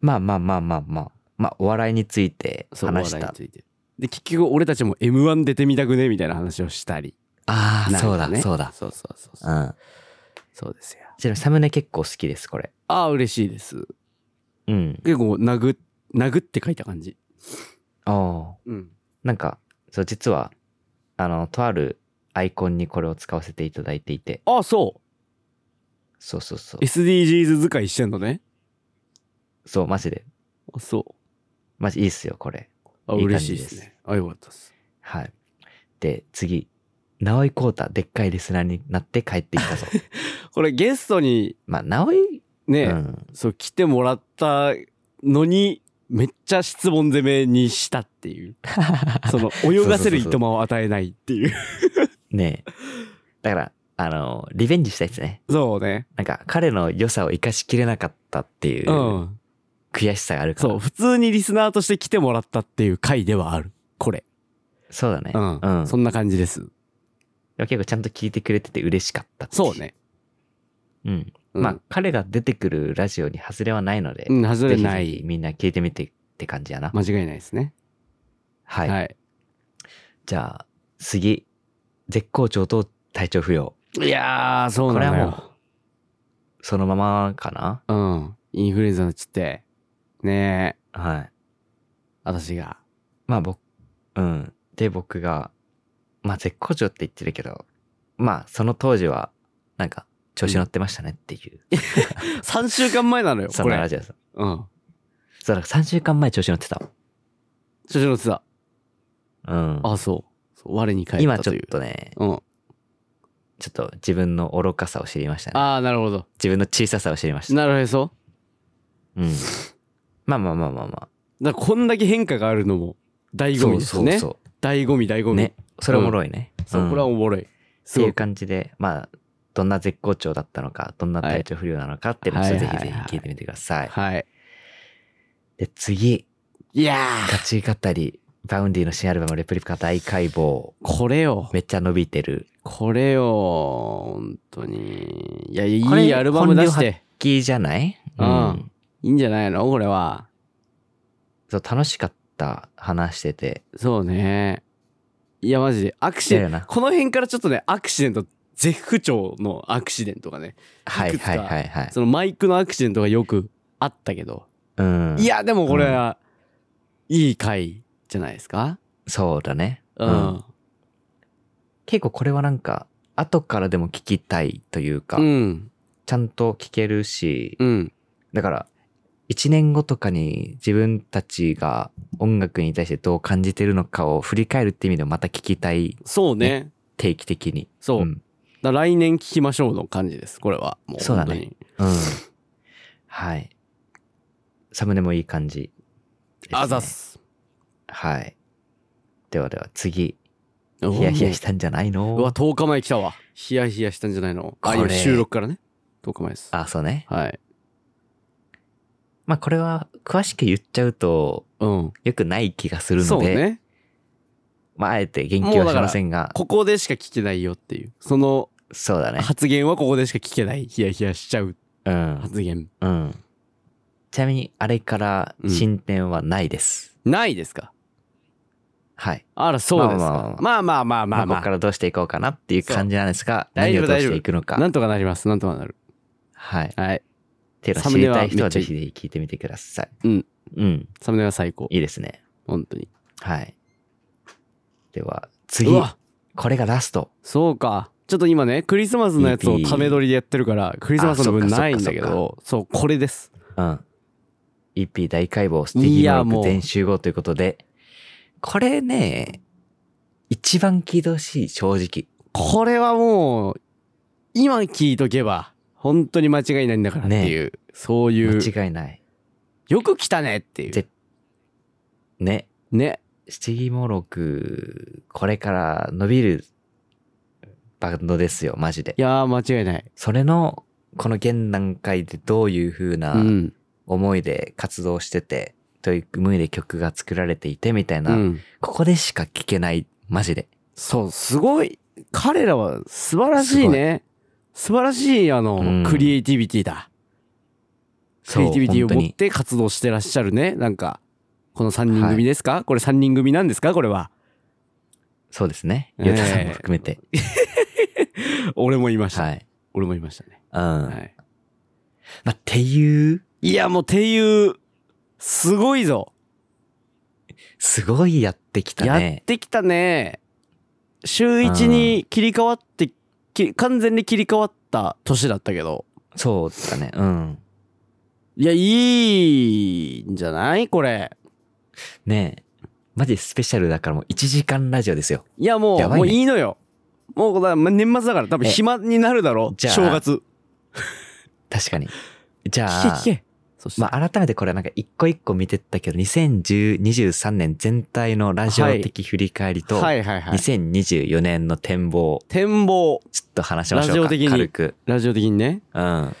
S1: まあまあまあまあまあ。まあ、お笑いについて
S2: そう
S1: 話し
S2: お笑
S1: た。
S2: いについてで結局俺たちも m 1出てみたくねみたいな話をしたり
S1: ああ、
S2: なん
S1: そう
S2: か
S1: だ、
S2: ね
S1: そうだ。
S2: そうそうそうそう
S1: うん。
S2: そうですよ
S1: ちなみにサムネ結構好きです、これ。
S2: ああ嬉しいです
S1: うん。
S2: 結構殴っ殴って書いた感じ
S1: ああ。
S2: うん
S1: なんか、そう、実は、あの、とあるアイコンにこれを使わせていただいていて、
S2: ああそう
S1: そうそうそう。
S2: SDGs 使いしてんのね
S1: そう、マジで。
S2: あそ
S1: マジいいっすよ、これ。
S2: うあ
S1: いい感じ
S2: 嬉しい
S1: で
S2: ですすねあよかったです
S1: はい。で、次。直井浩太、でっかいリスナーになって帰ってき たぞ。
S2: これゲストに
S1: まあ、直井、
S2: ね、
S1: うん。
S2: そう来てもらったのにめっちゃ質問攻めにしたって いうその泳がせるいとまを与えないっていう
S1: ねえ。だから、あの、リベンジしたいですね。
S2: そうね
S1: なんか、彼の良さを生かしきれなかったっていううん悔しさがあるから。
S2: そう普通にリスナーとして来てもらったっていう回ではあるこれ
S1: そうだね。
S2: うん、
S1: うん。
S2: そんな感じです
S1: でも結構ちゃんと聞いてくれてて嬉しかったってい
S2: そう。ね、
S1: うん。
S2: うん、
S1: まあ、彼が出てくるラジオに外れはないので、
S2: うん外
S1: ぜ
S2: れ
S1: ひ
S2: な
S1: ぜひ
S2: い
S1: みんな聞いてみてって感じやな。
S2: 間違いないですね
S1: は。
S2: はいい、
S1: じゃあ、次。絶好調と体調不良。
S2: い、やーそうなのよ
S1: こそのままかな
S2: うん。インフルエンザになっちゃって。ねえ、
S1: はい。
S2: 私が。
S1: まあ、僕、うん。で、僕が、まあ、絶好調って言ってるけど、まあ、その当時は、なんか、調子乗ってましたねっていう、
S2: 3週間前なのよ、
S1: そ
S2: こ
S1: んな
S2: れ
S1: ラ。ジオです。
S2: うん。
S1: そう、だから3週間前調子乗ってた。
S2: 所長の津田。
S1: うん。
S2: あ、そう。そう我に返っ
S1: 今ち
S2: たと
S1: ょっ
S2: いう。
S1: とね、
S2: うん。
S1: ちょっと自分の愚かさを知りましたね。
S2: ああ、なるほど。
S1: 自分の小ささを知りました。
S2: なるへそ。
S1: うん。まあまあまあまあま
S2: だからこんだけ変化があるのも醍
S1: あ。
S2: 醐味ですよね。
S1: そうそう
S2: 醍醐味、醍醐
S1: そう。
S2: 味。
S1: ね。それおもろいね。
S2: そううんこれはおもろい。
S1: っていう感じで、まあ、どんな絶好調だったのか、どんな体調不良なのかっていうのを
S2: はい
S1: ぜひ
S2: は
S1: ぜ
S2: いはいはい
S1: ひ聞いてみてください。
S2: はい。
S1: で、次、
S2: いやー、
S1: ガチ語り、バウンディの新アルバム、レプリカ大解剖、
S2: これよ。
S1: めっちゃ伸びてる。
S2: これよ。本当に。いや、い
S1: これ
S2: いアルバム出し
S1: 本領
S2: て。
S1: キーじゃない
S2: うん。いいんじゃないのこれは。
S1: そう、楽しかった、話してて。
S2: そうね。いや、マジで。アクシ
S1: だ
S2: デ
S1: よ
S2: ン
S1: な
S2: ト。この辺からちょっとね、アクシデント、絶不調のアクシデントがね、
S1: はいはいはいはい。
S2: そのマイクのアクシデントがよくあったけど。
S1: うん。
S2: いや、でもこれは、いい回じゃないですか。
S1: そうだね。
S2: う
S1: うん
S2: ん。
S1: 結構これはなんか、後からでも聞きたいというか、
S2: うん。
S1: ちゃんと聞けるし、
S2: うん。
S1: だから、1年後とかに自分たちが音楽に対してどう感じてるのかを振り返るって意味でもまた聞きたい、
S2: そうね。
S1: 定期的に。
S2: そう。
S1: ん
S2: だから来年聞きましょうの感じです。これは。もう
S1: そうだ
S2: 本
S1: ね
S2: 当に。
S1: うん。はい。サムネもいい感じ、ですね
S2: あざっ。す。
S1: はい。ではでは次、
S2: い
S1: ヒヤヒヤしたんじゃないう
S2: わ、
S1: の
S2: 10日前来たわ。ヒヤヒヤしたんじゃないのあ、
S1: こ
S2: 今
S1: れ
S2: 収録からね。10日前です。
S1: あ、そうね。
S2: はい。
S1: まあこれは詳しく言っちゃうと
S2: うん。
S1: 良くない気がする
S2: そ
S1: の
S2: う
S1: で、
S2: ね。
S1: まああえて言及はしませんが、
S2: ここでしか聞けないよっていう。その
S1: そうだね。
S2: 発言はここでしか聞けない。ヒヤヒヤしちゃう
S1: うん。
S2: 発言。
S1: うん。ちなみにあれから進展はないです。
S2: ないですか
S1: はい。
S2: あら、そうです
S1: まあ
S2: か。まあまあま
S1: ま
S2: あま
S1: あ、
S2: あ
S1: こ
S2: ま
S1: こからどうしていこうかなっていう感じなんですが、
S2: そう大
S1: 何
S2: 丈
S1: を
S2: 夫
S1: どうしていくの
S2: あ。
S1: か、
S2: なんとかなります。なんとかなる。
S1: はい。っ
S2: はい。
S1: ていうのを
S2: サ
S1: 知
S2: ムネ
S1: り
S2: は
S1: たい人
S2: め
S1: は
S2: っち
S1: ぜ
S2: ゃいい
S1: ひぜひ聞いてみてください。
S2: うん。
S1: うん。
S2: サムネは最高。
S1: いいですね。
S2: 本当に。
S1: はい。では、次
S2: う。わ
S1: これがラスト。
S2: そうか。ちょっと今ね、クリスマスのやつをため撮りでやってるから、クリスマスの分
S1: あそっか
S2: ないんだけ
S1: そ
S2: ど、そう、これです。
S1: うん。EP 大解剖、ステ
S2: い
S1: ィ
S2: や
S1: ーブ
S2: も
S1: ロ
S2: う
S1: ック全集合ということで、これね、一番聞いてほしい、正直。
S2: これはもう、今聞いとけば、本当に間違いないんだからっていう、そういう、
S1: 間違いない。
S2: よく来たねってい
S1: ぜ
S2: う。
S1: ね。
S2: ね。
S1: 七義もろく、これから伸びるバンドですよ、マジで
S2: い。やー、間違いない。
S1: それの、この現段階でどういう風
S2: う。
S1: なん思いで活動してて、取り組みで曲が作られていてみたいうな、
S2: ん。
S1: ここでしか聞けない、マジで。
S2: そう、すごい。彼らは素晴らしいね。素晴らしい、あの、
S1: うん
S2: クリエイティビティだ。ク
S1: そう
S2: リエイティビティ
S1: 本
S2: を
S1: 当
S2: 持っ
S1: に
S2: て活動してらっしゃるね。なんか、この3人組ですか、これ3人組なんですかこれは。
S1: そうですね。
S2: ええ
S1: ゆうたさんも含めて。
S2: 俺も言いました。
S1: はい。
S2: 俺も言いましたね。
S1: うん。
S2: は
S1: ま
S2: い。
S1: あ、っていう、
S2: いや、もう、ていう、すごいぞ。
S1: すごいやってきた
S2: やっ
S1: ね。
S2: てきたね。週一に切り替わって、き完全に切り替わった年だったけど。
S1: そうだね。うん。
S2: いや、いいんじゃないこれ。
S1: ねえ。マジスペシャルだからもう1時間ラジオですよ。
S2: いや、もう、
S1: やばいね
S2: もういいのよ。もう、だからま年末だから多分
S1: え
S2: 暇になるだろう。
S1: じゃあ
S2: 正月。
S1: 確かに。じゃあ
S2: 聞、け聞け。そして、
S1: まあ、改めてこれはなんか一個一個見てったけど、2023年全体のラジオ的振り返りと、
S2: はいはいはい。
S1: 2024年の展望、
S2: 展望。
S1: ちょっと話しましょうか。
S2: ラジオ的に
S1: 軽く。
S2: ラジオ的にね。
S1: うん。
S2: ま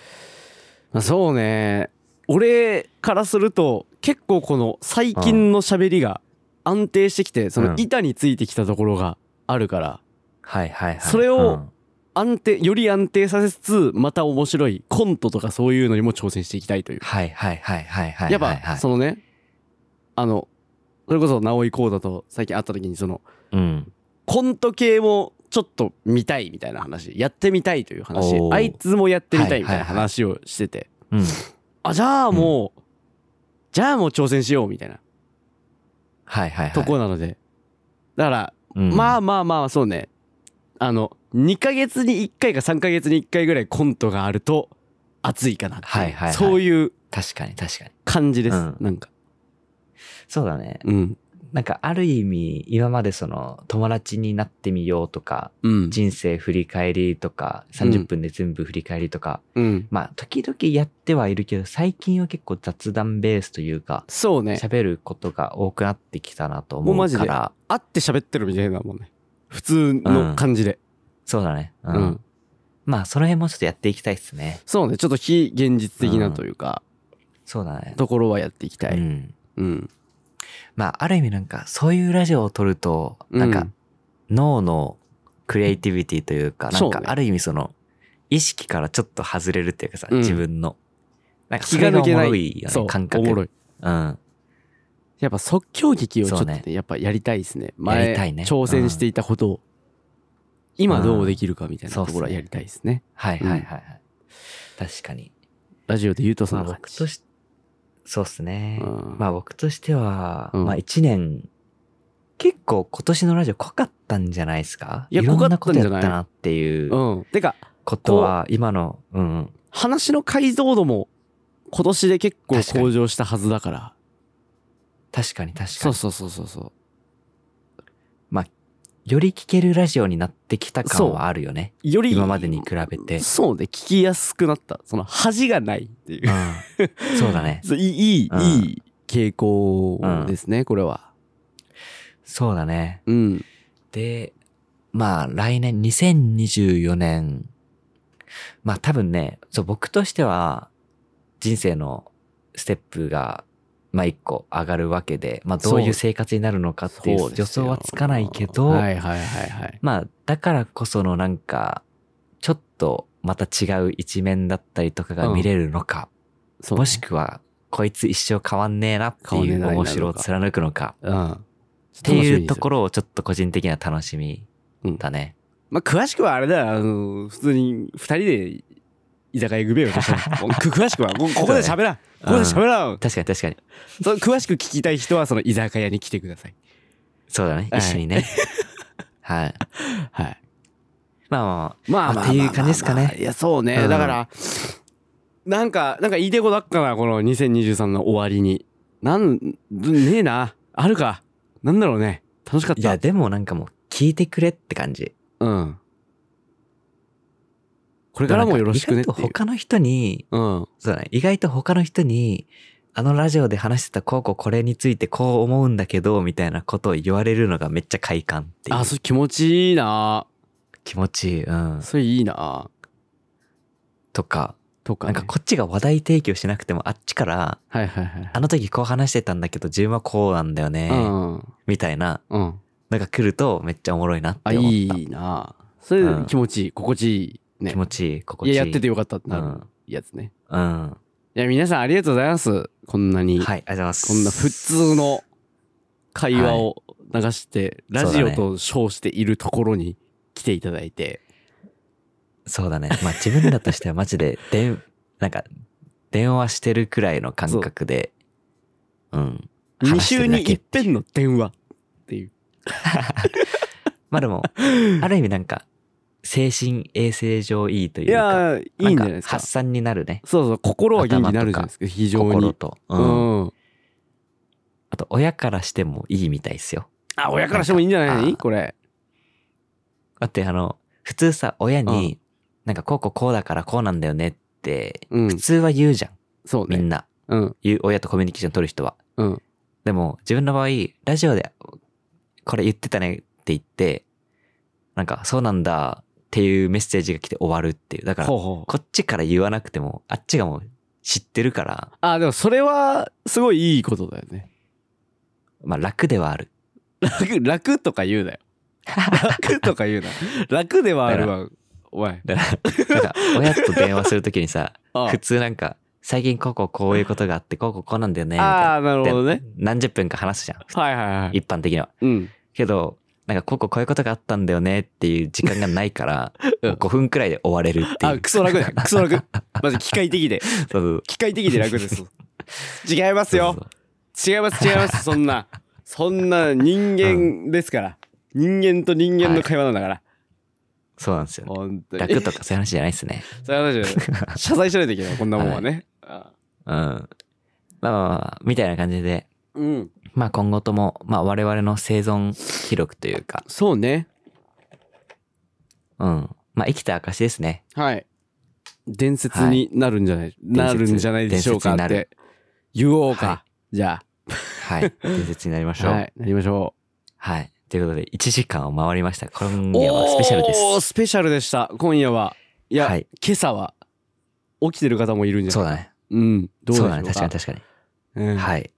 S2: あ、そうね俺からすると結構この最近の喋りが安定してきてその板についてきたところがあるから
S1: はいはいはい。
S2: それを安定より安定させつつまた面白いコントとかそういうのにも挑戦していきたいという
S1: はいはいはいはいはいはいはい。
S2: やっぱそのねあのそれこそ直井幸太と最近会った時にその
S1: うん。
S2: コント系もちょっと見たいみたいな話やってみたいという話
S1: おー
S2: あいつもやってみたいみたいな話をしてて
S1: うん。
S2: あじゃあもう、じゃあもう挑戦しようみたいな
S1: はいはいはい。
S2: とこなので、だから、
S1: うん
S2: まあまあまあそうねあの2ヶ月に1回か3ヶ月に1回ぐらいコントがあると熱いかなってう
S1: はいはいはい
S2: そういう
S1: 確かに確かに。
S2: 感じです、
S1: うん
S2: なんか
S1: そうだね。
S2: うん
S1: なんかある意味、今までその友達になってみようとか、
S2: うん
S1: 人生振り返りとか、30分で全部振り返りとか、
S2: うん
S1: まあ時々やってはいるけど、最近は結構雑談ベースというか、
S2: そうね
S1: 喋ることが多くなってきたなと
S2: もう
S1: 思
S2: マ
S1: う
S2: ジ
S1: か
S2: で
S1: ら、
S2: 会って喋ってるみたいなもんね普通の感じで、
S1: そうだね。う
S2: うん
S1: ん。まあその辺もちょっとやっていきたいですね。
S2: そうねちょっと非現実的なというか、
S1: そうだね。
S2: ところはやっていきたい、う
S1: うんん。まあある意味なんか、そういうラジオを撮ると、なん
S2: う
S1: か
S2: ん
S1: 脳のクリエイティビティというか、な
S2: そ
S1: ん
S2: うね
S1: かある意味その、意識からちょっと外れるっていうかさ、
S2: うん
S1: 自分の。なんか
S2: 気
S1: 気
S2: が
S1: が
S2: 抜
S1: 抜
S2: け
S1: け
S2: な
S1: ないいよ
S2: そう
S1: ね、感覚。
S2: おもろい
S1: うん。
S2: やっぱ即興劇をちょっ
S1: そ
S2: と
S1: う
S2: ね
S1: ね
S2: やっぱやりたいですね
S1: やりた
S2: 前
S1: いね
S2: 挑戦していたことを、今どうできるかみたいなところはやりたいですね
S1: はいはいはいはい。確かに。
S2: ラジオで言うとそ
S1: ま
S2: の
S1: あ僕とし、そうっすね。
S2: うん
S1: まあ僕としては、
S2: うん
S1: まあ一年、結構今年のラジオ濃かったんじゃないですか
S2: いや
S1: ろんなこと
S2: 濃
S1: やっ
S2: かったんじゃない
S1: たなっていう
S2: うんてか
S1: ことは、今の、うんうん。
S2: 話の解像度も今年で結構
S1: 確かに
S2: 向上したはずだから
S1: 確かに確か
S2: そう
S1: に。
S2: そうそうそうそ
S1: より聞けるラジオになってきた感はあるよね。
S2: うより
S1: 今までに比べて。
S2: そうね聞きやすくなったその恥がないっていう
S1: うんそうだね。
S2: そういいいい,、
S1: うん
S2: いい傾向ですね、これは
S1: そうだね。
S2: うん
S1: で、まあ来年2024年、まあ多分ね、そう僕としては人生のステップが、まあ一個上がるわけで、まあどうい
S2: そう
S1: う生活になるのかっていう
S2: そうですよ
S1: 予想はつかないけど、
S2: はいはいはいはい
S1: まあだからこそのなんか、ちょっとまた違う一面だったりとかが見れるのか、
S2: そうね
S1: もしくは、こいつ一生変わんねえなって
S2: 変わんねえ
S1: い
S2: な
S1: う面白を貫くのか、
S2: うん
S1: っていうとこ
S2: ろ、
S1: ろをちょっと個人的な楽しみだね。
S2: まあ、詳しくはあれだよあの普通に2人で居酒屋行くべよ私 はもうく詳しくはこここで喋らんここで喋らん、
S1: 確かに確かに。
S2: その詳しく聞きたい人はその居酒屋に来てください
S1: そうだね。
S2: はい
S1: 一緒に ね。はい。
S2: はい
S1: まあま
S2: まあ
S1: まあっていう感じですかね
S2: いやそうね、
S1: うん
S2: だからなんかなんか言いたいことあっかなこの2023の終わりになんねえなあるかなんだろうね楽しかっ
S1: あ。いや、
S2: た
S1: でもなんかもう聞いてくれって感じ。
S2: うんこれ
S1: だ
S2: からもよろしくねっ
S1: 意
S2: て
S1: 外と
S2: いう
S1: 他の人に、
S2: うん
S1: そうだね。意外と他の人に、あのラジオで話してたこうこうこれについてこう思うんだけど、みたいなことを言われるのがめっちゃ快感っていう
S2: あそれ気持ちいいな
S1: 気持ちいい。うん。
S2: それいいな
S1: とか、
S2: とか、
S1: なん
S2: ね、
S1: かこっちが話題提供しなくてもあっちから、
S2: はいはいはい
S1: あの時こう話してたんだけど自分はこうなんだよね、みたいな、
S2: うんうん
S1: なんか来るとめっちゃおもろいなって
S2: あ
S1: 思った。
S2: いいなそれ
S1: うん
S2: 気持ちいい心地いいね
S1: 気持ちいい、心地い
S2: い
S1: い。
S2: ややっててよかったってな
S1: う
S2: る
S1: ん
S2: やつね
S1: うん。はい、
S2: いや皆さんありがとうございますこんな
S1: あり
S2: に
S1: がとうございます。
S2: こんな普通の会話を流して、
S1: い
S2: ラジオ
S1: そ
S2: と称しているところに来ていただいて、
S1: そうだね。まあ自分らとしてはマジで、でん、なんか、電話してるくらいの感覚で、うん。
S2: 2
S1: 話して
S2: 週
S1: るだ
S2: に
S1: け
S2: 一遍の電話っていう。
S1: まあでも、ある意味なんか、精神衛生上いいとい
S2: いう
S1: か、
S2: やー、いいんじゃないです
S1: なん
S2: か。
S1: か発
S2: そう
S1: 散になるね。
S2: そう、心は元気になるじゃないですか、非常
S1: 心
S2: に。
S1: と。
S2: う
S1: うん。
S2: ん。
S1: あと、親からしてもいいみたいですよ。
S2: あ、親からしてもいいんじゃ
S1: なん
S2: ない
S1: か
S2: これ。
S1: だってあの、普通さ、親に、なんかこうこうこうだからこうなんだよねって、
S2: うん
S1: 普通は言うじゃん、
S2: そう
S1: みん
S2: ね。
S1: な。
S2: うん。
S1: 言う親とコミュニケーション取る人は。
S2: うん。
S1: でも、自分の場合、ラジオで、これ言ってたねって言って、なんか、そうなんだっていうメッセージが来て終わるっていう。だから、
S2: ほう
S1: こ
S2: ほう。
S1: っちから言わなくても、あっちがもう知ってるから、
S2: あ、でもそれは、すごいいいことだよね。
S1: まあ楽ではあ る。
S2: 楽、楽とか言うなよ。楽とか言うな。楽ではあるわ、お前。
S1: だから、なんか親と電話するときにさ、
S2: あ
S1: 普通なんか、最近こうこうこういうことがあって、こうこうこうなんだよね、みたいな。
S2: あー、なるほどね。
S1: 何十分か話すじゃん。
S2: はいはいはい。
S1: 一般的には。
S2: うん。
S1: けど、なんか、こうこうこういうことがあったんだよねっていう時間がないから、
S2: うん
S1: もう5分くらいで終われるっていう。
S2: あ、クソ楽だよ。クソ楽。まず機械的で。
S1: そうそう
S2: 機械的で楽です。違います
S1: そうそう
S2: よ
S1: そう。。
S2: 違います、違います。そんな。そんな人間ですから。人間と人間の会話なんだから。
S1: そうなんですよね。
S2: 本当に。
S1: 楽とかそういう 話じゃないですね。
S2: そういう話じゃない謝罪しないといけない、こんなもんはね。あ
S1: うん。まあまあまあまあ、みたいな感じで、
S2: うん。
S1: まあ今後とも、まあ我々の生存記録というか、
S2: そうね。
S1: うん。まあ生きた証ですね。
S2: はい。伝説になるんじゃない、なるんじゃないでしょうかっ
S1: 伝説にな
S2: て言おうか。
S1: は
S2: じゃ
S1: はい。伝説になりまし
S2: あ、
S1: ょう。
S2: は
S1: はい。
S2: い、なりましょ
S1: ということで、1時間を回りました。今
S2: う。
S1: 夜はスペシャルで
S2: おー
S1: す。
S2: スペシャルでした。今夜は。いや、
S1: はい
S2: 今朝は起きてる方もいるんじゃない
S1: そうだね。
S2: うん。どうでし
S1: そ
S2: ょ
S1: う
S2: うか
S1: だね。確かに確かに。
S2: うん
S1: はい。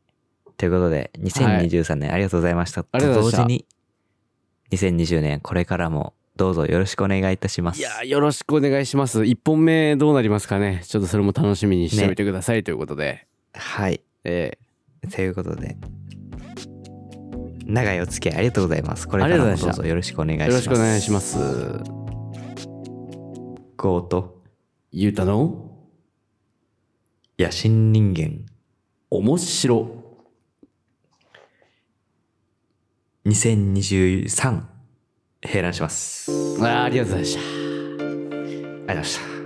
S1: ということで、2023年ありがとうございました。
S2: ありがとうござ
S1: 同時
S2: いま
S1: に、2020年これからもどうぞよろしくお願いいたします。
S2: いやーよろしくお願いします。1本目どうなりますかねちょっとそれも楽しみにしておいてくださいということで。
S1: はい。
S2: え
S1: ということで、長いお付き合いありがとうございます。これからもどうぞよろしくお願いし
S2: ー
S1: ま
S2: よ
S1: す。
S2: ろしくお願いしま。す。
S1: ゴート、
S2: ゆうたの
S1: 野心人間、
S2: 面白
S1: 2023、閉覧します。ありがとう
S2: あーありがとうございました。
S1: ございました。